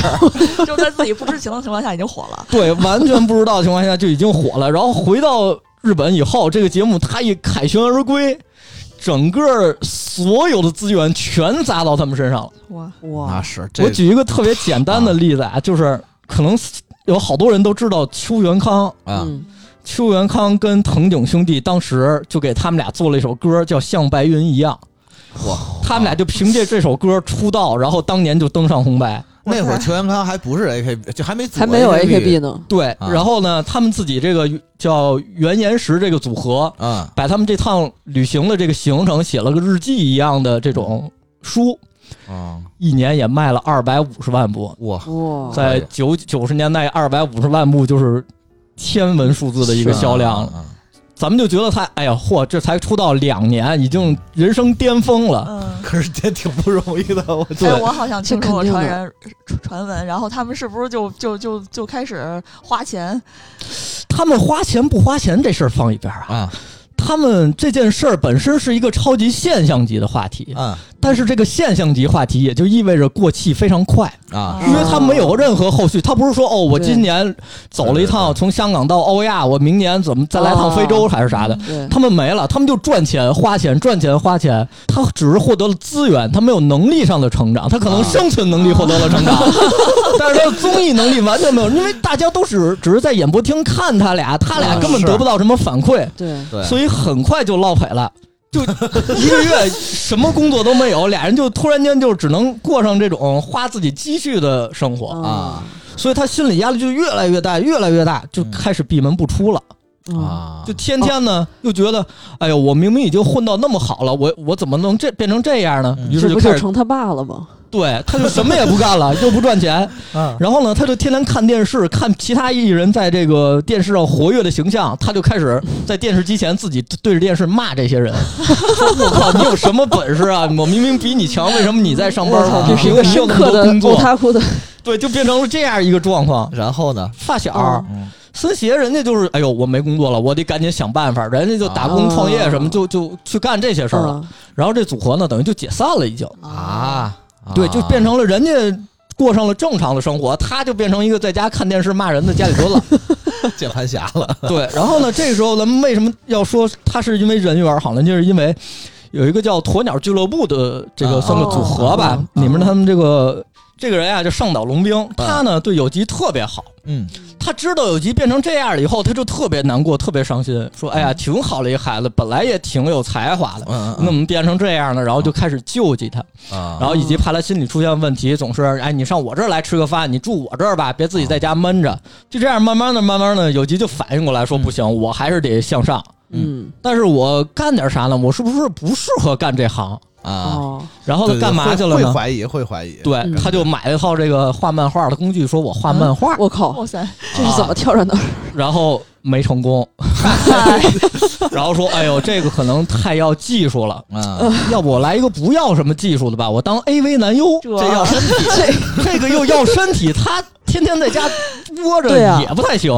Speaker 6: 就在自己不知情的情况下已经火了。
Speaker 7: 对，完全不知道的情况下就已经火了。然后回到日本以后，这个节目他一凯旋而归，整个所有的资源全砸到他们身上了。
Speaker 6: 哇，
Speaker 1: 那
Speaker 3: 哇，
Speaker 1: 是
Speaker 7: 我
Speaker 1: 这
Speaker 7: 举一个特别简单的例子啊，就是可能有好多人都知道邱元康，
Speaker 1: 啊，
Speaker 3: 嗯
Speaker 7: 邱元康跟藤井兄弟当时就给他们俩做了一首歌，叫《像白云一样》。
Speaker 1: 哇，
Speaker 7: 他们俩就凭借这首歌出道，然后当年就登上红白。
Speaker 1: 那会儿邱元康还不是 AKB，就还没组
Speaker 3: 还没有
Speaker 1: AKB
Speaker 3: AKB 呢，
Speaker 7: 对，
Speaker 1: 啊
Speaker 7: 然后呢，他们自己这个叫原岩石这个组合，
Speaker 1: 啊，
Speaker 7: 把他们这趟旅行的这个行程写了个日记一样的这种书，
Speaker 1: 嗯，
Speaker 7: 一年也卖了二百五十万部，
Speaker 1: 哇，
Speaker 3: 哇，
Speaker 7: 在九九十年代，二百五十万部就是天文数字的一个销量了。
Speaker 1: 啊，
Speaker 7: 咱们就觉得他，哎呀，嚯，这才出道两年，已经人生巅峰了。
Speaker 6: 嗯，
Speaker 1: 可是这挺不容易的，我觉
Speaker 6: 哎，
Speaker 1: 得。
Speaker 6: 我好像听说过
Speaker 3: 这肯定的
Speaker 6: 传人传传闻，然后他们是不是就就就就开始花钱？
Speaker 7: 他们花钱不花钱这事儿放一边儿啊，
Speaker 1: 啊
Speaker 7: 他们这件事儿本身是一个超级现象级的话题，
Speaker 1: 啊
Speaker 7: 但是这个现象级话题也就意味着过气非常快。
Speaker 1: 啊！
Speaker 7: 因为他没有任何后续，他不是说哦，我
Speaker 3: 对
Speaker 7: 今年走了一趟
Speaker 1: 对对
Speaker 7: 从香港到欧亚，我明年怎么再来趟非洲还是啥的。
Speaker 3: 啊对，
Speaker 7: 他们没了，他们就赚钱花钱赚钱花钱，他只是获得了资源，他没有能力上的成长，他可能
Speaker 1: 啊
Speaker 7: 生存能力获得 了成长，但是他的综艺能力完全没有，因为大家都只只是在演播厅看他俩，他俩
Speaker 3: 嗯
Speaker 7: 根本
Speaker 1: 啊是
Speaker 7: 得不到什么反馈，
Speaker 3: 对，
Speaker 1: 对，
Speaker 7: 所以很快就落魄了。就一个月什么工作都没有，俩人就突然间就只能过上这种花自己积蓄的生
Speaker 3: 嗯
Speaker 7: 活，
Speaker 1: 啊
Speaker 7: 所以他心理压力就越来越大，越来越大，就开始闭门不出了。
Speaker 3: 嗯，
Speaker 1: 啊，
Speaker 7: 就天天呢又觉得，哎呦，我明明已经混到那么好了，我我怎么能这变成这样呢？
Speaker 1: 嗯
Speaker 7: 于
Speaker 3: 这
Speaker 7: 是
Speaker 3: 不
Speaker 7: 就
Speaker 3: 就
Speaker 7: 开始
Speaker 3: 成他爸了吗？
Speaker 7: 对，他就什么也不 干了，又不赚钱，
Speaker 3: 嗯
Speaker 1: 啊
Speaker 7: 然后呢，他就天天看电视，看其他艺人在这个电视上活跃的形象，他就开始在电视机前自己对着电视骂这 些人，说：“我靠，你有什么本事啊？我明明比你强，为什么你在上班啊
Speaker 3: 我
Speaker 7: 吗
Speaker 3: 操，？
Speaker 7: 你
Speaker 3: 这是一个
Speaker 7: 明明
Speaker 3: 深
Speaker 7: 有那么
Speaker 3: 刻
Speaker 7: 多
Speaker 3: 的
Speaker 7: 工作，
Speaker 3: otaku 的，
Speaker 7: 对，就变成了这样一个状况。
Speaker 1: 然后呢？
Speaker 7: 发小、
Speaker 3: 哦
Speaker 1: 嗯
Speaker 7: 孙协，人家就是，哎呦，我没工作了，我得赶紧想办法，人家就打工
Speaker 3: 啊
Speaker 7: 创业什么，就就去干这些事儿了。
Speaker 3: 嗯
Speaker 7: 然后这组合呢，等于就解散了，已经。
Speaker 1: 啊，
Speaker 7: 对，就变成了人家过上了正常的生活，他就变成一个在家看电视骂人的家里蹲了。
Speaker 1: 键盘侠了
Speaker 7: 对，然后呢，这个时候咱们为什么要说他是因为人缘好呢？就是因为有一个叫鸵鸟俱乐部的这个算个组合吧，
Speaker 3: 哦
Speaker 7: 里面他们这个这个人啊，就上岛龙兵，他呢对有吉特别好。
Speaker 1: 嗯
Speaker 7: 他知道有吉变成这样了以后，他就特别难过，特别伤心，说：“哎呀，挺好的一孩子，本来也挺有才华的，
Speaker 1: 嗯
Speaker 7: 怎么变成这样呢？”然后就开始救济他。
Speaker 1: 啊
Speaker 7: 然后以及怕他心理出现问题，总是哎，你上我这儿来吃个饭，你住我这儿吧，别自己
Speaker 1: 哦
Speaker 7: 在家闷着。就这样，慢慢的、慢慢的，有吉就反应过来说，
Speaker 1: 嗯
Speaker 7: 不行，我还是得向上。
Speaker 3: 嗯，
Speaker 7: 但是我干点啥呢？我是不是不适合干这行？
Speaker 1: 啊，
Speaker 3: 哦，
Speaker 7: 然后
Speaker 1: 对
Speaker 7: 他
Speaker 1: 对
Speaker 7: 干嘛
Speaker 1: 会
Speaker 7: 去了
Speaker 1: 会
Speaker 7: 呢？
Speaker 1: 怀疑，会怀疑。
Speaker 7: 对
Speaker 3: 嗯，
Speaker 7: 他就买了一套这个画漫画的工具，说我画漫
Speaker 1: 啊
Speaker 7: 画，
Speaker 3: 我靠，
Speaker 6: 哇塞，
Speaker 3: 这是怎么跳上的？
Speaker 7: 然后没成功， 然后说，哎呦，这个可能太要技术了，
Speaker 1: 嗯，
Speaker 7: 要不我来一个不要什么技术的吧，我当 AV 男优，
Speaker 6: 这
Speaker 7: 要身体， 这这个又要身体，他天天在家窝着
Speaker 3: 对啊
Speaker 7: 也不 太行。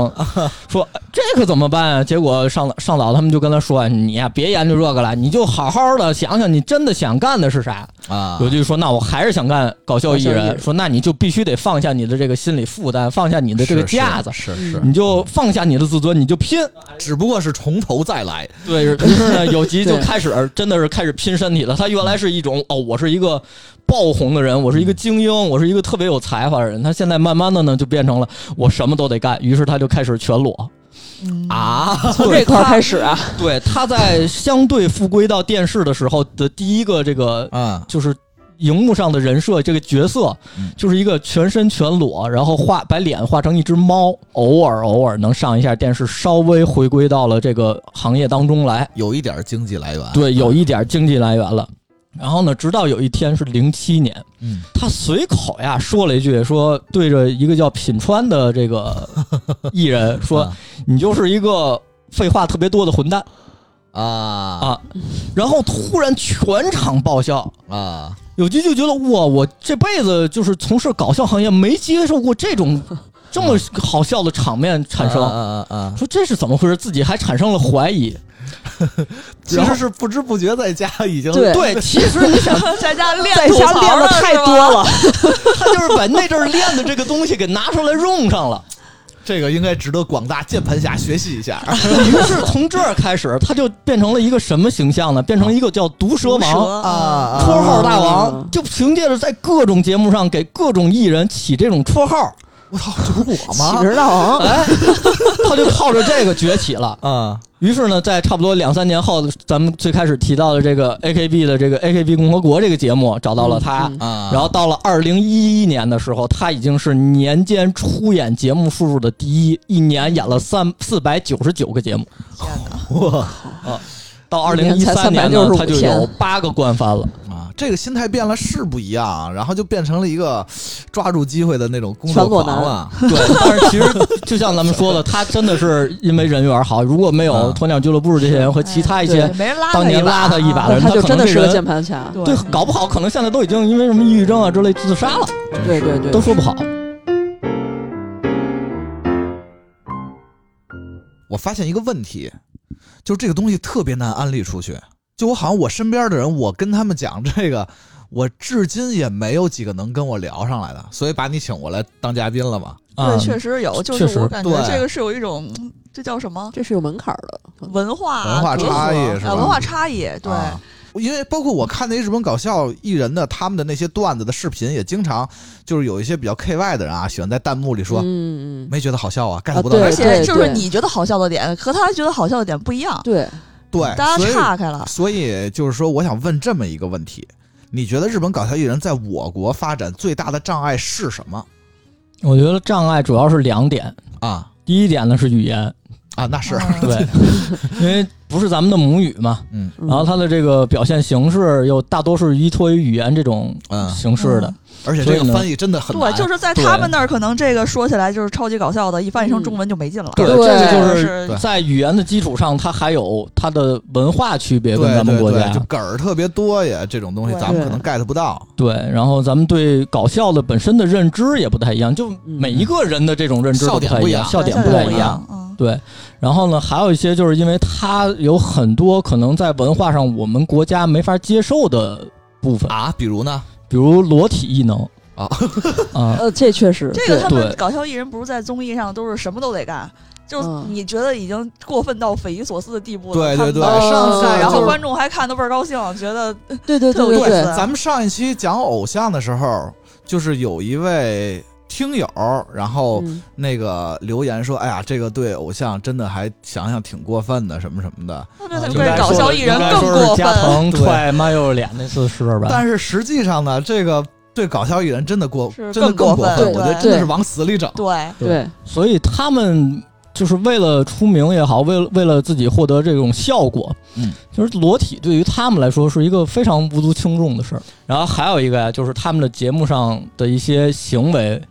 Speaker 7: 说这可怎么办啊？结果上岛上岛他们就跟他说：“啊你呀、别研究这个了，你就好好的想想你真的想干的是啥。”
Speaker 1: 啊
Speaker 7: 有句说：“那我还是想干搞笑艺
Speaker 3: 搞笑艺
Speaker 7: 人。”
Speaker 3: 人
Speaker 7: 说：“那你就必须得放下你的这个心理负担，放下你的这个
Speaker 1: 是是
Speaker 7: 架子。”嗯
Speaker 1: 是是，
Speaker 7: 你就放下你的自尊，你就拼。
Speaker 1: 只不过是从头再来。
Speaker 7: 对， 于是呢，有吉就
Speaker 3: 对
Speaker 7: 开始真的是开始拼身体了。他原来是一种哦，我是一个爆红的人，我是
Speaker 3: 嗯
Speaker 7: 一个精英，我是一个特别有才华的人。他现在慢慢的呢，就变成了我什么都得干。于是他就开始全裸
Speaker 6: 嗯，
Speaker 7: 啊！
Speaker 3: 从这块儿开始啊，
Speaker 7: 对，他在相对复归到电视的时候的第一个这个
Speaker 1: 嗯
Speaker 7: 就是。荧幕上的人设，这个角色
Speaker 1: 嗯
Speaker 7: 就是一个全身全裸，然后画把脸画成一只猫，偶尔偶尔能上一下电视，稍微回归到了这个行业当中来。
Speaker 1: 有一点经济来源。
Speaker 7: 对，有一点经济来源了。然后呢，直到有一天是零七年，
Speaker 1: 嗯
Speaker 7: 他随口呀说了一句，说对着一个叫品川的这 个艺人说
Speaker 1: 啊：“
Speaker 7: 你就是一个废话特别多的混蛋。
Speaker 1: 啊”
Speaker 7: 然后突然全场爆笑。
Speaker 1: 啊
Speaker 7: 有吉就觉得哇，我这辈子就是从事搞笑行业，没接受过这种这么好笑的场面产 生。
Speaker 1: 啊啊啊！
Speaker 7: 说这是怎么回事？自己还产生了怀疑，
Speaker 1: 其实是不知不觉在家已经
Speaker 3: 对
Speaker 7: 对，其实你想，
Speaker 6: 在家练
Speaker 3: 在家练的太多了，
Speaker 7: 他就是把那阵儿练的这个东西给拿出来用上了。
Speaker 1: 这个应该值得广大键盘侠学习一下。
Speaker 7: 于是从这儿开始，他就变成了一个什么形象呢？变成了一个叫毒蛇王。
Speaker 1: 啊
Speaker 7: 绰号大
Speaker 3: 啊
Speaker 7: 王就凭借着在各种节目上给各种艺人起这种绰号，
Speaker 1: 我操，这不是我
Speaker 3: 喜
Speaker 1: 吗？
Speaker 3: 人大王，
Speaker 7: 哎，他就靠着这个崛起了。
Speaker 1: 啊，
Speaker 7: 于是呢，在差不多两三年后，咱们最开始提到的这个 AKB 的这个 AKB 共和国这个节目找到了他，
Speaker 3: 嗯
Speaker 1: 啊
Speaker 7: 然后到了二零一一年的时候，他已经是年间出演节目数的第一，一年演了三四百九十九个节目。啊
Speaker 1: 哇
Speaker 7: 到二
Speaker 3: 一
Speaker 7: 零
Speaker 3: 年
Speaker 7: 一
Speaker 3: 才
Speaker 7: 三年呢，
Speaker 3: 365
Speaker 7: 他就有八个官番了。
Speaker 1: 啊，这个心态变了是不一样，啊然后就变成了一个抓住机会的那种工作
Speaker 3: 全裸
Speaker 1: 狂啊
Speaker 3: 男
Speaker 1: 了。
Speaker 7: 对，但是其实就像咱们说的，他真的是因为人缘好，如果没有
Speaker 1: 嗯
Speaker 7: 鸵鸟俱乐部这些人和其他一些
Speaker 6: 对没人拉
Speaker 7: 当年拉他一
Speaker 6: 啊
Speaker 7: 把的人
Speaker 3: 他就真的是
Speaker 7: 他可能这
Speaker 3: 个
Speaker 7: 人
Speaker 3: 键盘侠，
Speaker 6: 对
Speaker 7: 对，搞不好可能现在都已经因为什么抑郁症啊之类自杀了，
Speaker 3: 对对对，
Speaker 7: 都说不好。
Speaker 1: 我发现一个问题，就是这个东西特别难安利出去。就我好像我身边的人，我跟他们讲这个，我至今也没有几个能跟我聊上来的，所以把你请过来当嘉宾了嘛。
Speaker 7: 啊
Speaker 6: 对，确实有，就
Speaker 7: 确实
Speaker 6: 是我感觉
Speaker 1: 对
Speaker 6: 这个是有一种，嗯这叫什么
Speaker 3: 这是有门槛的，
Speaker 6: 文化
Speaker 3: 啊
Speaker 1: 文化
Speaker 6: 隔阂
Speaker 1: 差异是吧
Speaker 6: 呃文化差异，对，
Speaker 1: 啊因为包括我看那日本搞笑艺人的他们的那些段子的视频，也经常就是有一些比较 K Y 的人啊，喜欢在弹幕里说、
Speaker 3: 嗯嗯，
Speaker 1: 没觉得好笑啊，get
Speaker 3: 啊
Speaker 1: 不到，
Speaker 3: 对
Speaker 6: 而且就是
Speaker 3: 对
Speaker 6: 你觉得好笑的点和他觉得好笑的点不一样，
Speaker 3: 对，
Speaker 1: 对，
Speaker 6: 大
Speaker 1: 所以
Speaker 6: 家岔开了。
Speaker 1: 所以就是说，我想问这么一个问题：你觉得日本搞笑艺人在我国发展最大的障碍是什么
Speaker 7: 我觉得障碍主要是两点，
Speaker 1: 啊？
Speaker 7: 第一点呢是语言，
Speaker 1: 啊，那是
Speaker 6: 嗯
Speaker 7: 对，因为不是咱们的母语嘛，
Speaker 1: 嗯
Speaker 3: 嗯
Speaker 7: 然后他的这个表现形式又大多是依托于语言这种
Speaker 1: 嗯，
Speaker 7: 形式的
Speaker 6: 嗯，
Speaker 1: 而且这
Speaker 7: 所以
Speaker 1: 个
Speaker 7: 呢
Speaker 1: 翻译真的很难，
Speaker 6: 对，就是在
Speaker 7: 对
Speaker 6: 他们那儿，可能这个说起来就是超级搞笑的，一翻译成
Speaker 3: 嗯
Speaker 6: 中文就没劲了。
Speaker 7: 对，
Speaker 3: 对
Speaker 7: 这个
Speaker 6: 就
Speaker 7: 就是
Speaker 6: 是
Speaker 1: 对
Speaker 7: 在语言的基础上，它还有它的文化区别
Speaker 1: 对
Speaker 7: 跟咱们
Speaker 1: 对
Speaker 7: 国
Speaker 1: 对，
Speaker 7: 家
Speaker 1: 就。梗儿特别多呀，这种东西
Speaker 6: 对
Speaker 1: 咱们可能 get 不到。
Speaker 7: 对，然后咱们对搞笑的本身的认知也不太一样，就每一个人的这种认知
Speaker 1: 笑
Speaker 7: 都
Speaker 1: 点
Speaker 7: 太
Speaker 1: 不
Speaker 7: 一
Speaker 1: 一
Speaker 7: 样，
Speaker 1: 样
Speaker 7: 嗯笑
Speaker 6: 对
Speaker 7: 点
Speaker 6: 笑
Speaker 7: 不太
Speaker 6: 不
Speaker 7: 一
Speaker 6: 一
Speaker 7: 样。
Speaker 6: 样。嗯，
Speaker 7: 对，然后呢，还有一些就是因为它有很多可能在文化上我们国家没法接受的部分，
Speaker 1: 啊，比如呢？
Speaker 7: 比如裸体异能
Speaker 1: 啊
Speaker 7: 啊，
Speaker 3: 呃，这确实，
Speaker 6: 这个他
Speaker 7: 对
Speaker 6: 们搞笑艺人不是在综艺上都是什么都得干，就是
Speaker 3: 嗯
Speaker 6: 你觉得已经过分到匪夷所思的地步了。
Speaker 1: 对
Speaker 6: 他
Speaker 1: 对
Speaker 6: 们
Speaker 1: 对，
Speaker 3: 呃
Speaker 1: 上次
Speaker 6: 对，然后
Speaker 1: 就是
Speaker 6: 观众还看得倍儿高兴，觉得
Speaker 3: 对对对
Speaker 6: 特有意
Speaker 3: 对
Speaker 6: 思，
Speaker 1: 咱们上一期讲偶像的时候，就是有一位听友，然
Speaker 7: 哦
Speaker 1: 后
Speaker 3: 嗯
Speaker 1: 那个留言说：“哎呀，这个对偶像真的还想想挺过分的，什么什么的。”
Speaker 6: 特别
Speaker 1: 应
Speaker 6: 对
Speaker 1: 啊该
Speaker 6: 搞
Speaker 1: 说
Speaker 6: 笑艺人更过
Speaker 7: 加
Speaker 6: 分。
Speaker 7: 藤
Speaker 1: 对
Speaker 7: 踹马友脸那次是吧？
Speaker 1: 但是实际上呢，这个对搞笑艺人真的过，
Speaker 6: 是
Speaker 1: 真的
Speaker 6: 更过
Speaker 1: 过
Speaker 6: 分
Speaker 1: 我觉
Speaker 6: 对
Speaker 1: 得真的是往死里整。
Speaker 6: 对，
Speaker 3: 对，
Speaker 7: 所以他们就是为了出名也好，为了为了自己获得这种效果，
Speaker 1: 嗯，
Speaker 7: 就是裸体对于他们来说是一个非常无足轻重的事儿。然后还有一个呀，就是他们的节目上的一些行为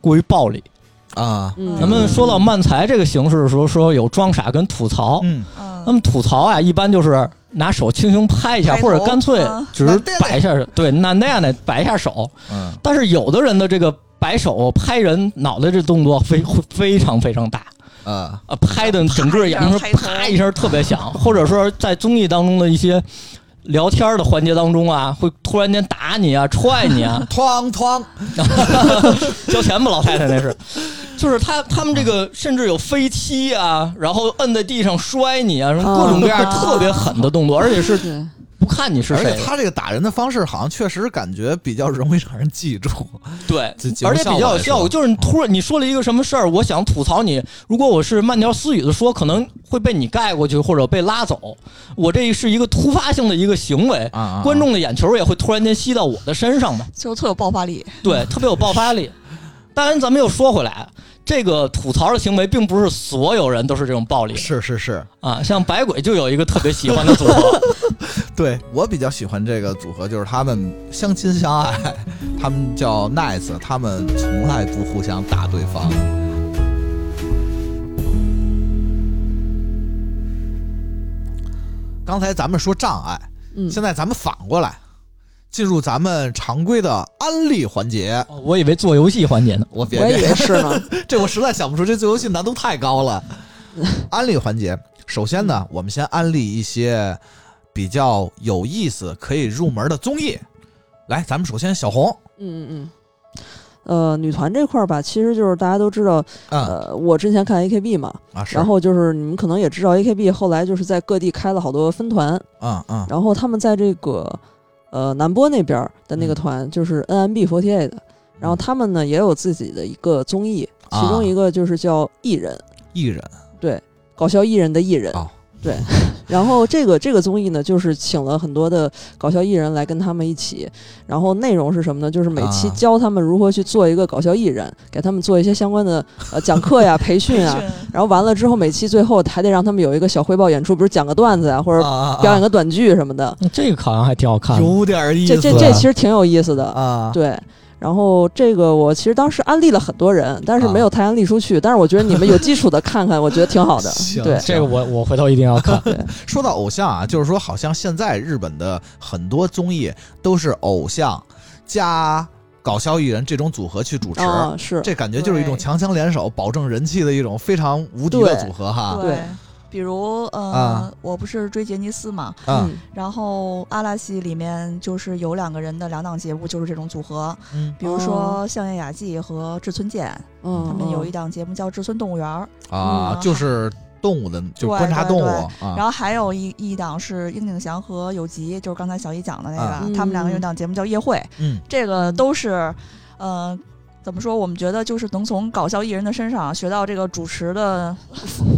Speaker 7: 过于暴力。
Speaker 1: 啊，
Speaker 3: 嗯
Speaker 7: 咱们说到漫才这个形式的时候，说有装傻跟吐槽。
Speaker 1: 嗯，
Speaker 7: 那
Speaker 6: 嗯，
Speaker 7: 么吐槽啊，一般就是拿手轻轻拍一下，
Speaker 6: 拍头
Speaker 7: 或者干脆
Speaker 6: 嗯
Speaker 7: 只是摆一下，对，那那样的摆一下手。
Speaker 1: 嗯，
Speaker 7: 但是有的人的这个摆手拍人脑袋这动作非非常非常大，
Speaker 1: 啊，，
Speaker 7: 呃拍的整个眼睛
Speaker 6: 啪一下
Speaker 7: 啪一声特别响，或者说在综艺当中的一些聊天的环节当中啊，会突然间打你啊、踹你啊
Speaker 1: 哐哐，
Speaker 7: 交钱吧，老太太那是。就是他他们这个甚至有飞踢啊，然后摁在地上摔你啊，什么各种各样
Speaker 6: 啊
Speaker 7: 特别狠的动作，而且是
Speaker 3: 对
Speaker 7: 不看你是
Speaker 1: 而
Speaker 7: 谁
Speaker 1: 且
Speaker 7: 的，
Speaker 1: 他这个打人的方式，好像确实感觉比较容易让人记住。
Speaker 7: 对
Speaker 1: 这节，目
Speaker 7: 而且比较有效
Speaker 1: 效果来说
Speaker 7: 果。就是你突然你说了一个什么事儿，我想吐槽你，如果我是慢条斯理的说，可能会被你盖过去或者被拉走。我这是一个突发性的一个行为，
Speaker 1: 啊啊，啊
Speaker 7: 观众的眼球也会突然间吸到我的身上嘛，
Speaker 6: 就是特有爆发力。
Speaker 7: 对，特别有爆发力。当然，咱们又说回来，这个吐槽的行为并不是所有人都是这种暴力
Speaker 1: 是是是，
Speaker 7: 啊，像百鬼就有一个特别喜欢的组合，
Speaker 1: 对我比较喜欢这个组合，就是他们相亲相爱，他们叫 nice，他们从来不互相打对方。刚才咱们说障碍，
Speaker 3: 嗯，
Speaker 1: 现在咱们反过来，进入咱们常规的安利环节。
Speaker 7: 哦我以为做游戏环节呢。
Speaker 1: 我别
Speaker 3: 我也以
Speaker 1: 别，
Speaker 3: 为是呢，
Speaker 1: 这我实在想不出，这做游戏难度太高了。安利环节，首先呢，我们先安利一些比较有意思、可以入门的综艺。来，咱们首先小红，
Speaker 3: 嗯嗯嗯，呃，女团这块儿吧，其实就是大家都知道，
Speaker 7: 啊
Speaker 1: 嗯
Speaker 3: 呃，我之前看 AKB 嘛，
Speaker 1: 啊是，
Speaker 3: 然后就是你们可能也知道，AKB 后来就是在各地开了好多分团，
Speaker 1: 嗯嗯
Speaker 3: 然后他们在这个呃南波那边儿的
Speaker 1: 嗯
Speaker 3: 那个团就是 NMB48 的，然后他们呢也有自己的一个综艺，其中一个就是叫艺人，
Speaker 1: 啊艺人
Speaker 3: 对，搞笑艺人的艺人，
Speaker 1: 哦
Speaker 3: 对。然后这个这个综艺呢，就是请了很多的搞笑艺人来跟他们一起，然后内容是什么呢？就是每期
Speaker 1: 啊
Speaker 3: 教他们如何去做一个搞笑艺人，给他们做一些相关的呃讲课 呀、培训啊。然后完了之后，每期最后还得让他们有一个小汇报演出，比如讲个段子呀，或者
Speaker 1: 啊
Speaker 3: 呃表演个短剧什么的。
Speaker 7: 这个好像还挺好看的。
Speaker 1: 有点意
Speaker 3: 这
Speaker 1: 思，
Speaker 3: 这这其实挺有意思的，
Speaker 1: 啊，
Speaker 3: 对。然后这个我其实当时安利了很多人，但是没有太安利出去。但是我觉得你们有基础的看看，我觉得挺 好的。
Speaker 1: 行
Speaker 3: 对，
Speaker 7: 这个我我回头一定要 看。
Speaker 1: 说到偶像啊，就是说好像现在日本的很多综艺都是偶像加搞笑艺人这种组合去主持，
Speaker 3: 啊、是
Speaker 1: 这感觉就是一种强强联手、保证人气的一种非常无敌的组合哈。
Speaker 3: 对
Speaker 6: 对，比如呃
Speaker 1: 啊，
Speaker 6: 我不是追杰尼斯嘛，
Speaker 1: 啊，
Speaker 3: 嗯
Speaker 6: 然后阿拉西里面就是有两个人的两档节目就是这种组合，
Speaker 1: 嗯
Speaker 6: 比如说相叶雅纪和志村健，
Speaker 3: 嗯，
Speaker 6: 他们有一档节目叫《志村动物园》，
Speaker 1: 啊，
Speaker 6: 嗯
Speaker 1: 就是动物的，就是
Speaker 6: 对
Speaker 1: 观察
Speaker 6: 对
Speaker 1: 动物
Speaker 6: 对然
Speaker 1: 啊。
Speaker 6: 后还有一一档是樱井翔和有吉，就是刚才小一讲的那
Speaker 1: 啊
Speaker 6: 个，
Speaker 3: 嗯
Speaker 6: 他们两个有一档节目叫《夜会》，
Speaker 1: 嗯，
Speaker 6: 这个都是，呃，怎么说？我们觉得就是能从搞笑艺人的身上学到这个主持的，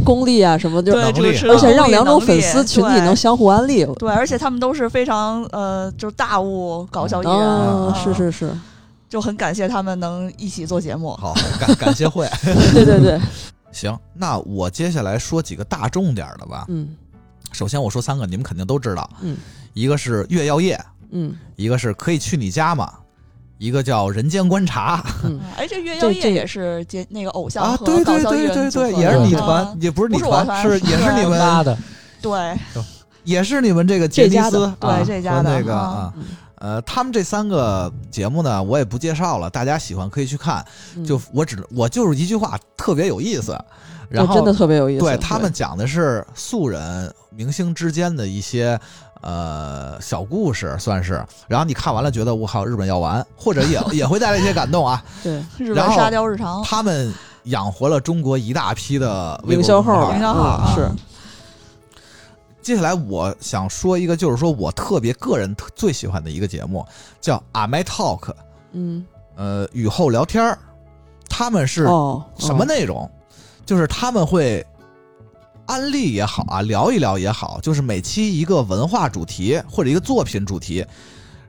Speaker 3: 功力啊什么，就
Speaker 1: 能
Speaker 6: 对
Speaker 1: 力
Speaker 6: 主持的
Speaker 3: 而且让
Speaker 6: 能力
Speaker 3: 两种
Speaker 6: 能力
Speaker 3: 粉丝群体
Speaker 6: 对
Speaker 3: 能相互安利。
Speaker 6: 对，而且他们都是非常呃，就是大物搞笑艺人，
Speaker 3: 啊，
Speaker 6: 啊
Speaker 3: 是，是是，
Speaker 6: 就很感谢他们能一起做节目。
Speaker 1: 好，感感谢会。
Speaker 3: 对对对，
Speaker 1: 行，那我接下来说几个大众点儿的吧。
Speaker 3: 嗯
Speaker 1: 首先我说三个，你们肯定都知道，
Speaker 3: 嗯
Speaker 1: 一个是《月耀夜》，
Speaker 3: 嗯
Speaker 1: 一个是《可以去你家吗》，一个叫《人间观察》。
Speaker 3: 嗯
Speaker 6: 嗯，哎，这月
Speaker 3: 这
Speaker 6: 耀
Speaker 3: 这
Speaker 6: 夜也是节那个偶像
Speaker 1: 啊，
Speaker 6: 和
Speaker 1: 对
Speaker 6: 搞
Speaker 1: 对
Speaker 6: 笑艺
Speaker 1: 对
Speaker 6: 人
Speaker 1: 对
Speaker 6: 组合
Speaker 1: 对，也是
Speaker 6: 的
Speaker 1: 你
Speaker 6: 啊
Speaker 1: 团，也不是你
Speaker 6: 不是我
Speaker 1: 团，
Speaker 6: 团
Speaker 1: 是
Speaker 6: 是
Speaker 1: 也是你
Speaker 7: 妈
Speaker 1: 们，
Speaker 7: 的，
Speaker 6: 对
Speaker 1: 也是你们这个杰尼
Speaker 3: 这家
Speaker 1: 斯
Speaker 3: 的
Speaker 1: 啊
Speaker 6: 对这家的
Speaker 1: 和那个
Speaker 6: 嗯
Speaker 1: 啊
Speaker 3: 嗯，
Speaker 1: 呃，他们这三个节目呢，我也不介绍了，大家喜欢可以去看。
Speaker 3: 嗯，
Speaker 1: 就我只我就是一句话，特别有意思。然
Speaker 3: 就
Speaker 1: 后
Speaker 3: 真的特别有意思。
Speaker 1: 对他们讲的是素人明星之间的一些呃小故事，算是。然后你看完了，觉得我靠，日本要完，或 者也也会带来一些感动啊。
Speaker 3: 对
Speaker 6: 日
Speaker 1: 然
Speaker 6: 本
Speaker 1: 后哦
Speaker 6: 沙雕日常，
Speaker 1: 他们养活了中国一大批的微博
Speaker 3: 哦营销
Speaker 1: 公众
Speaker 3: 号，
Speaker 6: 营销号
Speaker 3: 嗯
Speaker 6: 啊
Speaker 3: 是
Speaker 1: 接下来我想说一个，就是说我特别个人特最喜欢的一个节目，叫《阿麦 Talk》，
Speaker 3: 嗯
Speaker 1: 呃，雨后聊天儿。他们是
Speaker 3: 哦
Speaker 1: 什么
Speaker 3: 嗯
Speaker 1: 内容？就是他们会安利也好啊，聊一聊也好，就是每期一个文化主题或者一个作品主题，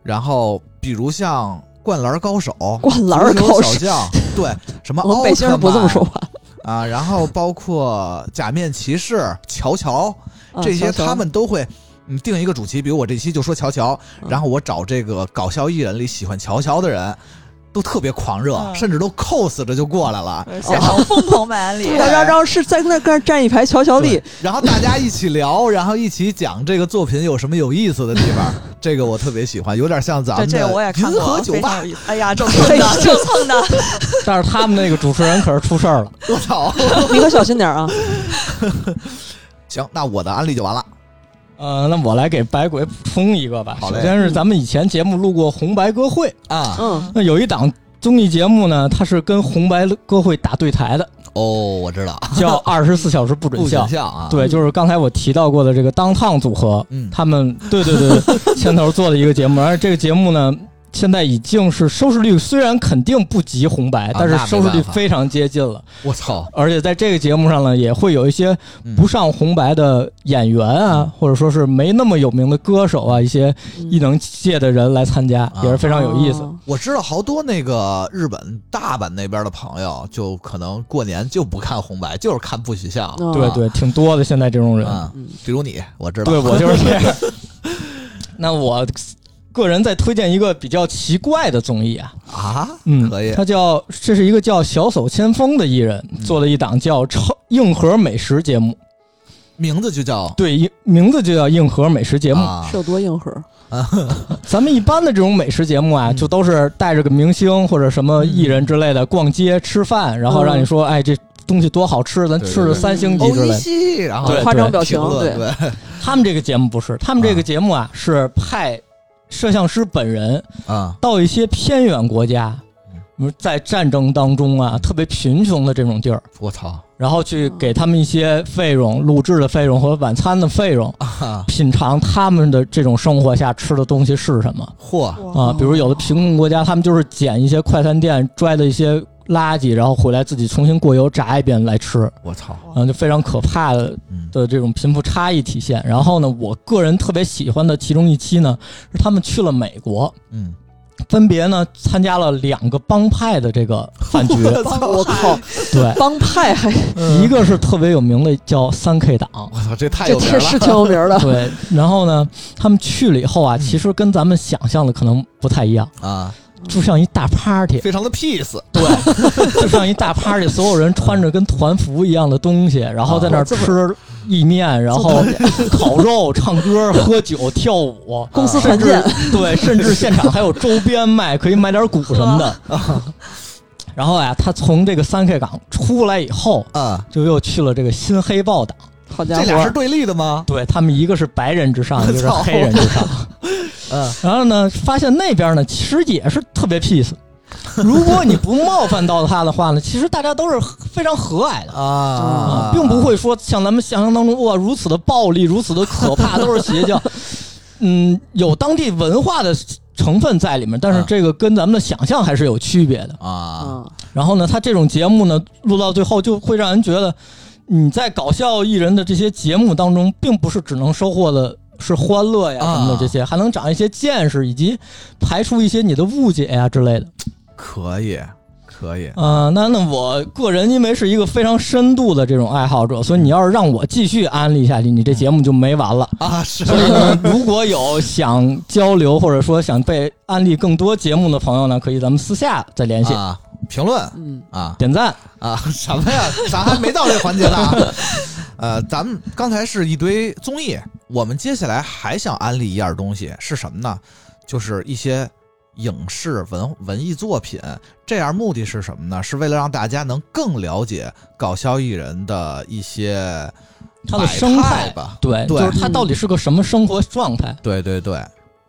Speaker 1: 然后比如像《灌篮高手》《
Speaker 3: 灌篮儿
Speaker 1: 足球
Speaker 3: 高
Speaker 1: 小
Speaker 3: 手，
Speaker 1: 将》，对，什么
Speaker 3: 我们北京人不这么说话。
Speaker 1: 啊，然后包括《假面骑士》《乔乔》
Speaker 3: 啊
Speaker 1: 这些
Speaker 3: 小乔
Speaker 1: 他们都会。嗯，定一个主题，比如我这期就说乔乔，
Speaker 3: 嗯
Speaker 1: 然后我找这个搞笑艺人里喜欢乔乔的人，都特别狂热，
Speaker 6: 嗯
Speaker 1: 甚至都 cos 着就过来了。
Speaker 6: 呃现场疯狂买安利，
Speaker 3: 然后然后是在那跟站一排乔乔力
Speaker 1: 对， 然后大家一起聊，然后一起讲这个作品有什么有意思的地 方，这个我特别喜欢，有点像咱
Speaker 6: 这
Speaker 1: 们
Speaker 6: 这
Speaker 1: 的
Speaker 6: 个我也
Speaker 1: 银
Speaker 6: 看过，
Speaker 1: 河酒
Speaker 6: 非常
Speaker 1: 吧
Speaker 6: 有，意思。哎呀，正 蹭的，正蹭的，
Speaker 7: 但是他们那个主持人可是出事儿了。
Speaker 1: 我操！
Speaker 3: 你可小心点儿 啊！
Speaker 1: 行，那我的案例就完了。
Speaker 7: 呃，那我来给百鬼补充一个吧。
Speaker 1: 好
Speaker 7: 首
Speaker 1: 嘞
Speaker 7: 先是咱们以前节目录过红白歌会，
Speaker 1: 啊，
Speaker 3: 嗯，
Speaker 7: 那有一档综艺节目呢，它是跟红白歌会打对台的，
Speaker 1: 哦，我知道，
Speaker 7: 叫《二十四小时不准
Speaker 1: 不准》。
Speaker 7: 笑
Speaker 1: 像啊，，
Speaker 7: 对，就是刚才我提到过的这个当烫组合，
Speaker 1: 嗯
Speaker 7: 他们对对对对牵头做的一个节目，而这个节目呢，现在已经是收视率虽然肯定不及红白，但是
Speaker 1: 啊那没
Speaker 7: 收视率
Speaker 1: 办法
Speaker 7: 非常接近了。
Speaker 1: 我操，
Speaker 7: 而且在这个节目上呢，也会有一些
Speaker 1: 嗯
Speaker 7: 不上红白的演员啊，或者说是没那么有名的歌手啊，一些
Speaker 6: 嗯
Speaker 7: 艺能界的人来参
Speaker 1: 啊
Speaker 7: 加，也是非常有意思。
Speaker 3: 嗯哦。
Speaker 1: 我知道好多那个日本大阪那边的朋友，就可能过年就不看红白，就是看不许笑。
Speaker 3: 哦
Speaker 7: 对对，挺多的现在这种人。
Speaker 1: 嗯，
Speaker 3: 嗯
Speaker 1: 比如你，我知道，
Speaker 7: 对我就是这 样。那我个人再推荐一个比较奇怪的综艺啊，
Speaker 1: 啊，
Speaker 7: 嗯，
Speaker 1: 可以嗯
Speaker 7: 他叫这是一个叫小手千峰的艺人做的一档叫超硬核美食节目，
Speaker 1: 名字就叫
Speaker 7: 对，硬名字就叫硬核美食节目。
Speaker 1: 啊
Speaker 3: 是有多硬核？
Speaker 7: 咱们一般的这种美食节目啊，
Speaker 1: 嗯
Speaker 7: 就都是带着个明星或者什么艺人之类的逛街吃饭，然后让你说，哎，这东西多好吃，咱
Speaker 1: 嗯对对
Speaker 7: 吃着
Speaker 1: 对
Speaker 7: 三星级之类
Speaker 1: 欧尼
Speaker 7: 的。
Speaker 1: 西，然后
Speaker 7: 对
Speaker 3: 夸张表情
Speaker 1: 评，论
Speaker 3: 对，
Speaker 1: 对
Speaker 7: 他们这个节目不是，他们这个节目啊是派摄像师本人
Speaker 1: 啊，
Speaker 7: 到一些偏远国家
Speaker 1: 嗯，
Speaker 7: 比如在战争当中啊，特别贫穷的这种地儿，
Speaker 1: 我操
Speaker 7: 然后去给他们一些费用、录制的费用和晚餐的费用，
Speaker 1: 啊，
Speaker 7: 品尝他们的这种生活下吃的东西是什么
Speaker 1: 嚯，
Speaker 7: 啊？比如有的贫困国家，他们就是捡一些快餐店拽的一些垃圾，然后回来自己重新过油炸一遍来吃，
Speaker 1: 我操，
Speaker 7: 然后就非常可怕的
Speaker 1: 嗯，
Speaker 7: 的这种贫富差异体现。然后呢，我个人特别喜欢的其中一期呢，是他们去了美国，
Speaker 1: 嗯，
Speaker 7: 分别呢参加了两个帮派的这个饭局。
Speaker 3: 我靠，
Speaker 7: 对，
Speaker 3: 帮派还
Speaker 7: 一个是特别有名的叫三 K 党，
Speaker 1: 我操，这太
Speaker 3: 这
Speaker 1: 有名
Speaker 3: 这是挺
Speaker 1: 了，啊
Speaker 3: 有名 的，
Speaker 7: 对。然后呢，他们去了以后啊，
Speaker 1: 嗯
Speaker 7: 其实跟咱们想象的可能不太一样，
Speaker 1: 啊，
Speaker 7: 就像一大 party，
Speaker 1: 非常的 peace，
Speaker 7: 就像一大 party，所有人穿着跟团服一样的东西，然后在那儿
Speaker 3: 哦这么
Speaker 7: 吃意面，然后 烤肉、唱歌、喝酒、跳舞。
Speaker 3: 公司团
Speaker 7: 甚至
Speaker 3: 建，
Speaker 7: 对，甚至现场还有周边卖，可以买点鼓什么的。然后啊呀，他从这个三 K 港出来以后，
Speaker 1: 啊，
Speaker 7: 就又去了这个新黑豹党。
Speaker 3: 好家
Speaker 1: 这俩是
Speaker 3: 伙，
Speaker 1: 对立的吗？
Speaker 7: 对他们，一个是白人至上，一个是黑人至上。
Speaker 1: 嗯，
Speaker 7: 然后呢，发现那边呢其实也是特别 peace。如果你不冒犯到他的话呢，其实大家都是非常和蔼的。
Speaker 1: 啊
Speaker 7: 啊，，并不会说像咱们想象当中哇如此的暴力，如此的可怕，都是邪教。嗯，有当地文化的成分在里面，但是
Speaker 1: 啊
Speaker 7: 这个跟咱们的想象还是有区别的。
Speaker 1: 啊，
Speaker 3: 嗯，
Speaker 7: 然后呢，他这种节目呢，录到最后就会让人觉得你在搞笑艺人的这些节目当中，并不是只能收获的是欢乐呀
Speaker 1: 啊
Speaker 7: 什么的这些，还能长一些见识，以及排除一些你的误解呀之类的。
Speaker 1: 可以，可以，
Speaker 7: 嗯、那那我个人因为是一个非常深度的这种爱好者，所以你要是让我继续安利下去，你这节目就没完了。
Speaker 1: 啊，是
Speaker 7: 所以呢，如果有想交流或者说想被安利更多节目的朋友呢，可以咱们私下再联系、
Speaker 1: 啊，评论
Speaker 3: 嗯，
Speaker 1: 啊
Speaker 7: 点赞。
Speaker 1: 啊， 什么呀？咱还没到这环节呢啊。呃，咱们刚才是一堆综艺，我们接下来还想安利一样东西是什么呢？就是一些影视文文艺作品。这样目的是什么呢？是为了让大家能更了解搞笑艺人的一些
Speaker 7: 它的生
Speaker 1: 摆
Speaker 7: 态
Speaker 1: 吧。
Speaker 7: 对，
Speaker 1: 对
Speaker 7: 就是它到底是个什么生活状 态？
Speaker 1: 对对对，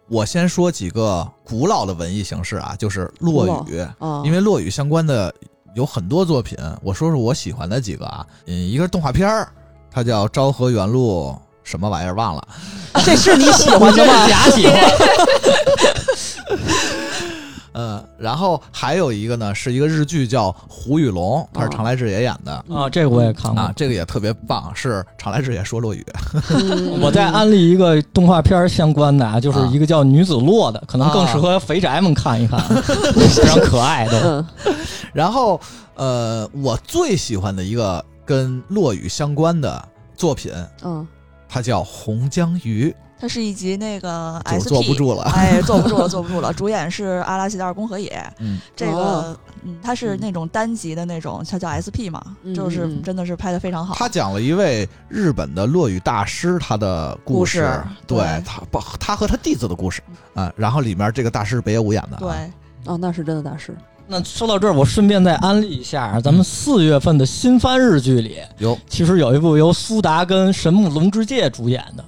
Speaker 1: 我先说几个古老的文艺形式啊，就是
Speaker 3: 古
Speaker 1: 落
Speaker 3: 老
Speaker 1: 语，
Speaker 3: 啊，
Speaker 1: 因为落语相关的有很多作品，我说说我喜欢的几个啊，嗯，一个是动画片儿，它叫《昭和元禄》什么玩意儿忘了，
Speaker 3: 这是你喜欢 的吗？
Speaker 7: 假喜欢，
Speaker 1: 嗯，然后还有一个呢是一个日剧叫《胡与龙》，它是
Speaker 3: 哦
Speaker 1: 常来智也演的。
Speaker 7: 啊，这个我也看
Speaker 1: 啊
Speaker 7: 过，。
Speaker 1: 这个也特别棒，是常来智也说落语
Speaker 3: 嗯
Speaker 7: 我在安利一个动画片相关的啊，就是一个叫《女子洛》的，可能更适合肥宅们看一看，啊 非常可爱的。
Speaker 3: 嗯
Speaker 1: 然后，呃，我最喜欢的一个跟落语相关的作品，
Speaker 3: 嗯，
Speaker 1: 它叫《红江鱼》。
Speaker 6: 它是一集那个
Speaker 1: 就
Speaker 6: SP，
Speaker 1: 坐不住了
Speaker 6: 哎，坐不住了，坐不住了。主演是阿拉西达尔宫和也，
Speaker 1: 嗯，
Speaker 6: 这个
Speaker 3: 哦
Speaker 6: 嗯，它是那种单集的那种，它叫 SP 嘛，
Speaker 3: 嗯
Speaker 6: 就是
Speaker 3: 嗯嗯
Speaker 6: 真的是拍的非常好。
Speaker 1: 他讲了一位日本的落语大师他的故
Speaker 6: 故事
Speaker 1: 对
Speaker 6: 对
Speaker 1: 他不他和他弟子的故事啊、然后里面这个大师是北野武演的、啊，
Speaker 6: 对，
Speaker 3: 哦，那是真的大师，
Speaker 7: 那说到这儿，我顺便再安利一下，啊咱们四月份的新番日剧里，
Speaker 1: 有
Speaker 7: 其实有一部由苏达跟神木隆之介主演的，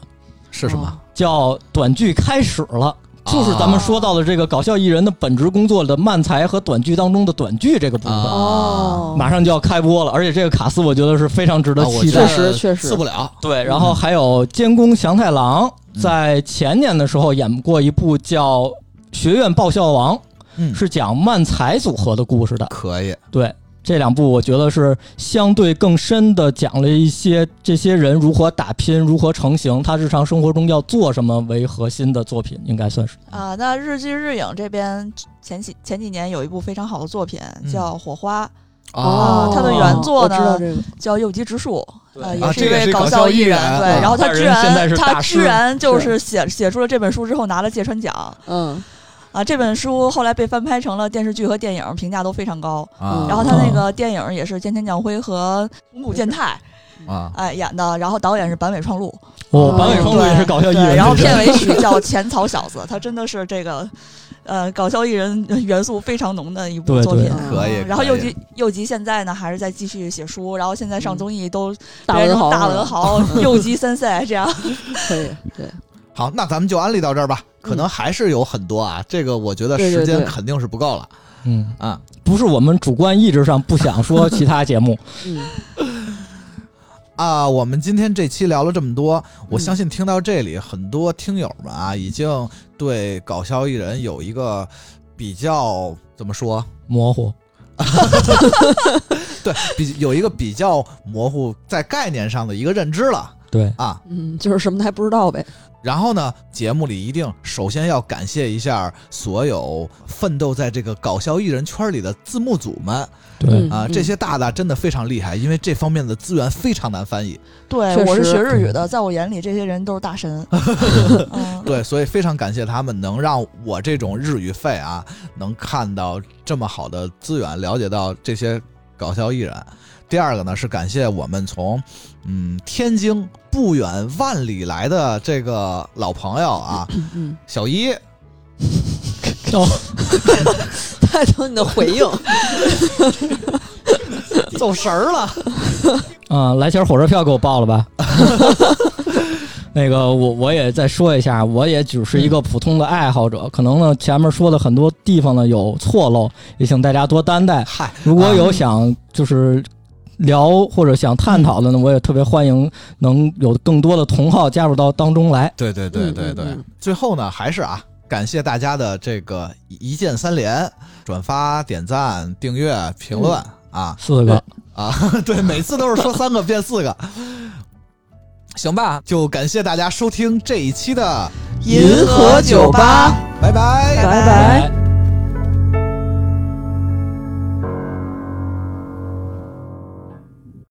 Speaker 1: 是什么？
Speaker 3: 哦？
Speaker 7: 叫《短剧开始了》。就是咱们说到的这个搞笑艺人的本职工作的漫才和短剧当中的短剧这个部分，
Speaker 1: 啊
Speaker 3: 哦，
Speaker 7: 马上就要开播了，而且这个卡斯我觉得是非常值得
Speaker 1: 啊我
Speaker 7: 期
Speaker 1: 觉
Speaker 7: 待
Speaker 1: 得
Speaker 3: 确
Speaker 7: 的。
Speaker 3: 实确实
Speaker 1: 四不了。
Speaker 7: 对，然后还有监工祥太郎在前年的时候演过一部叫《学院爆笑王》，
Speaker 1: 嗯，
Speaker 7: 是讲漫才组合的故事的。
Speaker 1: 可以。
Speaker 7: 对，这两部我觉得是相对更深的讲了一些这些人如何打拼、如何成型，他日常生活中要做什么为核心的作品，应该算是。
Speaker 6: 啊、那日剧日影这边前几前几年有一部非常好的作品
Speaker 1: 嗯
Speaker 6: 叫《火花》，
Speaker 1: 啊
Speaker 6: 哦他的原作呢
Speaker 3: 我知道这个，
Speaker 6: 叫右吉直树，呃，
Speaker 7: 对
Speaker 1: 啊
Speaker 6: 也是
Speaker 1: 这
Speaker 6: 一
Speaker 1: 也是
Speaker 6: 位
Speaker 1: 搞
Speaker 6: 搞
Speaker 1: 笑
Speaker 6: 笑
Speaker 1: 艺
Speaker 6: 艺人，
Speaker 1: 人
Speaker 6: 对
Speaker 1: 啊，
Speaker 6: 然后他
Speaker 7: 但是
Speaker 6: 居
Speaker 7: 人现在
Speaker 6: 然
Speaker 7: 是大
Speaker 6: 他
Speaker 7: 师
Speaker 6: 居然就是是写写出了这本书之后拿了芥川奖
Speaker 3: 嗯，
Speaker 6: 啊，这本书后来被翻拍成了电视剧和电影，评价都非常高。
Speaker 1: 啊，
Speaker 3: 嗯
Speaker 6: 然后他那个电影也是菅田将晖和宫谷健太
Speaker 1: 啊
Speaker 6: 哎演的，然后导演是坂尾创路，
Speaker 7: 哦，
Speaker 3: 哦
Speaker 7: 坂尾双
Speaker 6: 对
Speaker 7: 也是搞笑艺
Speaker 6: 对
Speaker 7: 人，
Speaker 6: 然后
Speaker 7: 这是
Speaker 6: 片尾曲叫《浅草小子》，他真的是这个呃搞笑艺人元素非常浓的一部
Speaker 7: 对
Speaker 6: 作品啊
Speaker 3: 嗯
Speaker 7: 对。
Speaker 1: 可以。
Speaker 6: 然后
Speaker 1: 可
Speaker 6: 又
Speaker 1: 以
Speaker 6: 吉又吉现在呢，还是在继续写书，然后现在上
Speaker 3: 嗯
Speaker 6: 综艺都
Speaker 3: 大
Speaker 6: 文
Speaker 3: 文豪，嗯
Speaker 6: 大文 豪，又吉三赛这样。
Speaker 3: 可以，对，
Speaker 1: 好，那咱们就安利到这儿吧。可
Speaker 6: 嗯
Speaker 1: 能还是有很多啊，这个我觉得
Speaker 3: 对对
Speaker 1: 时间
Speaker 3: 对
Speaker 1: 肯定是不够了
Speaker 7: 嗯，
Speaker 1: 啊。
Speaker 7: 不是我们主观意志上不想说其他节目，
Speaker 3: 嗯，
Speaker 1: 啊，我们今天这期聊了这么多，我
Speaker 3: 嗯
Speaker 1: 相信听到这里，很多听友们啊，已经对搞笑艺人有一个比较怎么 说？
Speaker 7: 模糊。
Speaker 1: 对，比有一个比较模糊在概念上的一个认知了
Speaker 7: 对，
Speaker 1: 啊。
Speaker 3: 嗯，就是什么都还不知道呗，
Speaker 1: 然后呢，节目里一定首先要感谢一下所有奋斗在这个搞笑艺人圈里的字幕组们
Speaker 7: 对，
Speaker 3: 嗯
Speaker 1: 啊， 这些大大真的非常厉害，因为这方面的资源非常难翻译。
Speaker 6: 对
Speaker 3: 确，
Speaker 6: 我是
Speaker 3: 实
Speaker 6: 学日 语的，在我眼里这些人都是大 神。嗯，
Speaker 1: 对，所以非常感谢他们能让我这种日语废啊，能看到这么好的资源，了解到这些搞笑艺人。第二个呢是感谢我们从嗯天津不远万里来的这个老朋友啊，
Speaker 3: 嗯，
Speaker 1: 小一，
Speaker 3: 太疼你的回应，
Speaker 1: 走神儿了。
Speaker 7: 啊、来钱火车票给我报了 吧。那个，我我也再说一下，我也只是一个普通的爱好者，可能呢前面说的很多地方呢有错漏，也请大家多担待。
Speaker 1: 嗨，
Speaker 7: 如果有想就是聊或者想探讨的呢，我也特别欢迎能有更多的同好加入到当中来。
Speaker 1: 对对对对对，
Speaker 3: 嗯嗯嗯
Speaker 1: 最后呢还是啊。感谢大家的这个一一键三连、转发、点赞、订阅、评论、
Speaker 3: 嗯
Speaker 1: 啊！
Speaker 7: 四个，
Speaker 1: 啊， 对，每次都是说三个变四 个。行吧，就感谢大家收听这一期的，
Speaker 6: 银河酒吧，
Speaker 1: 拜拜
Speaker 6: 拜
Speaker 7: 拜拜。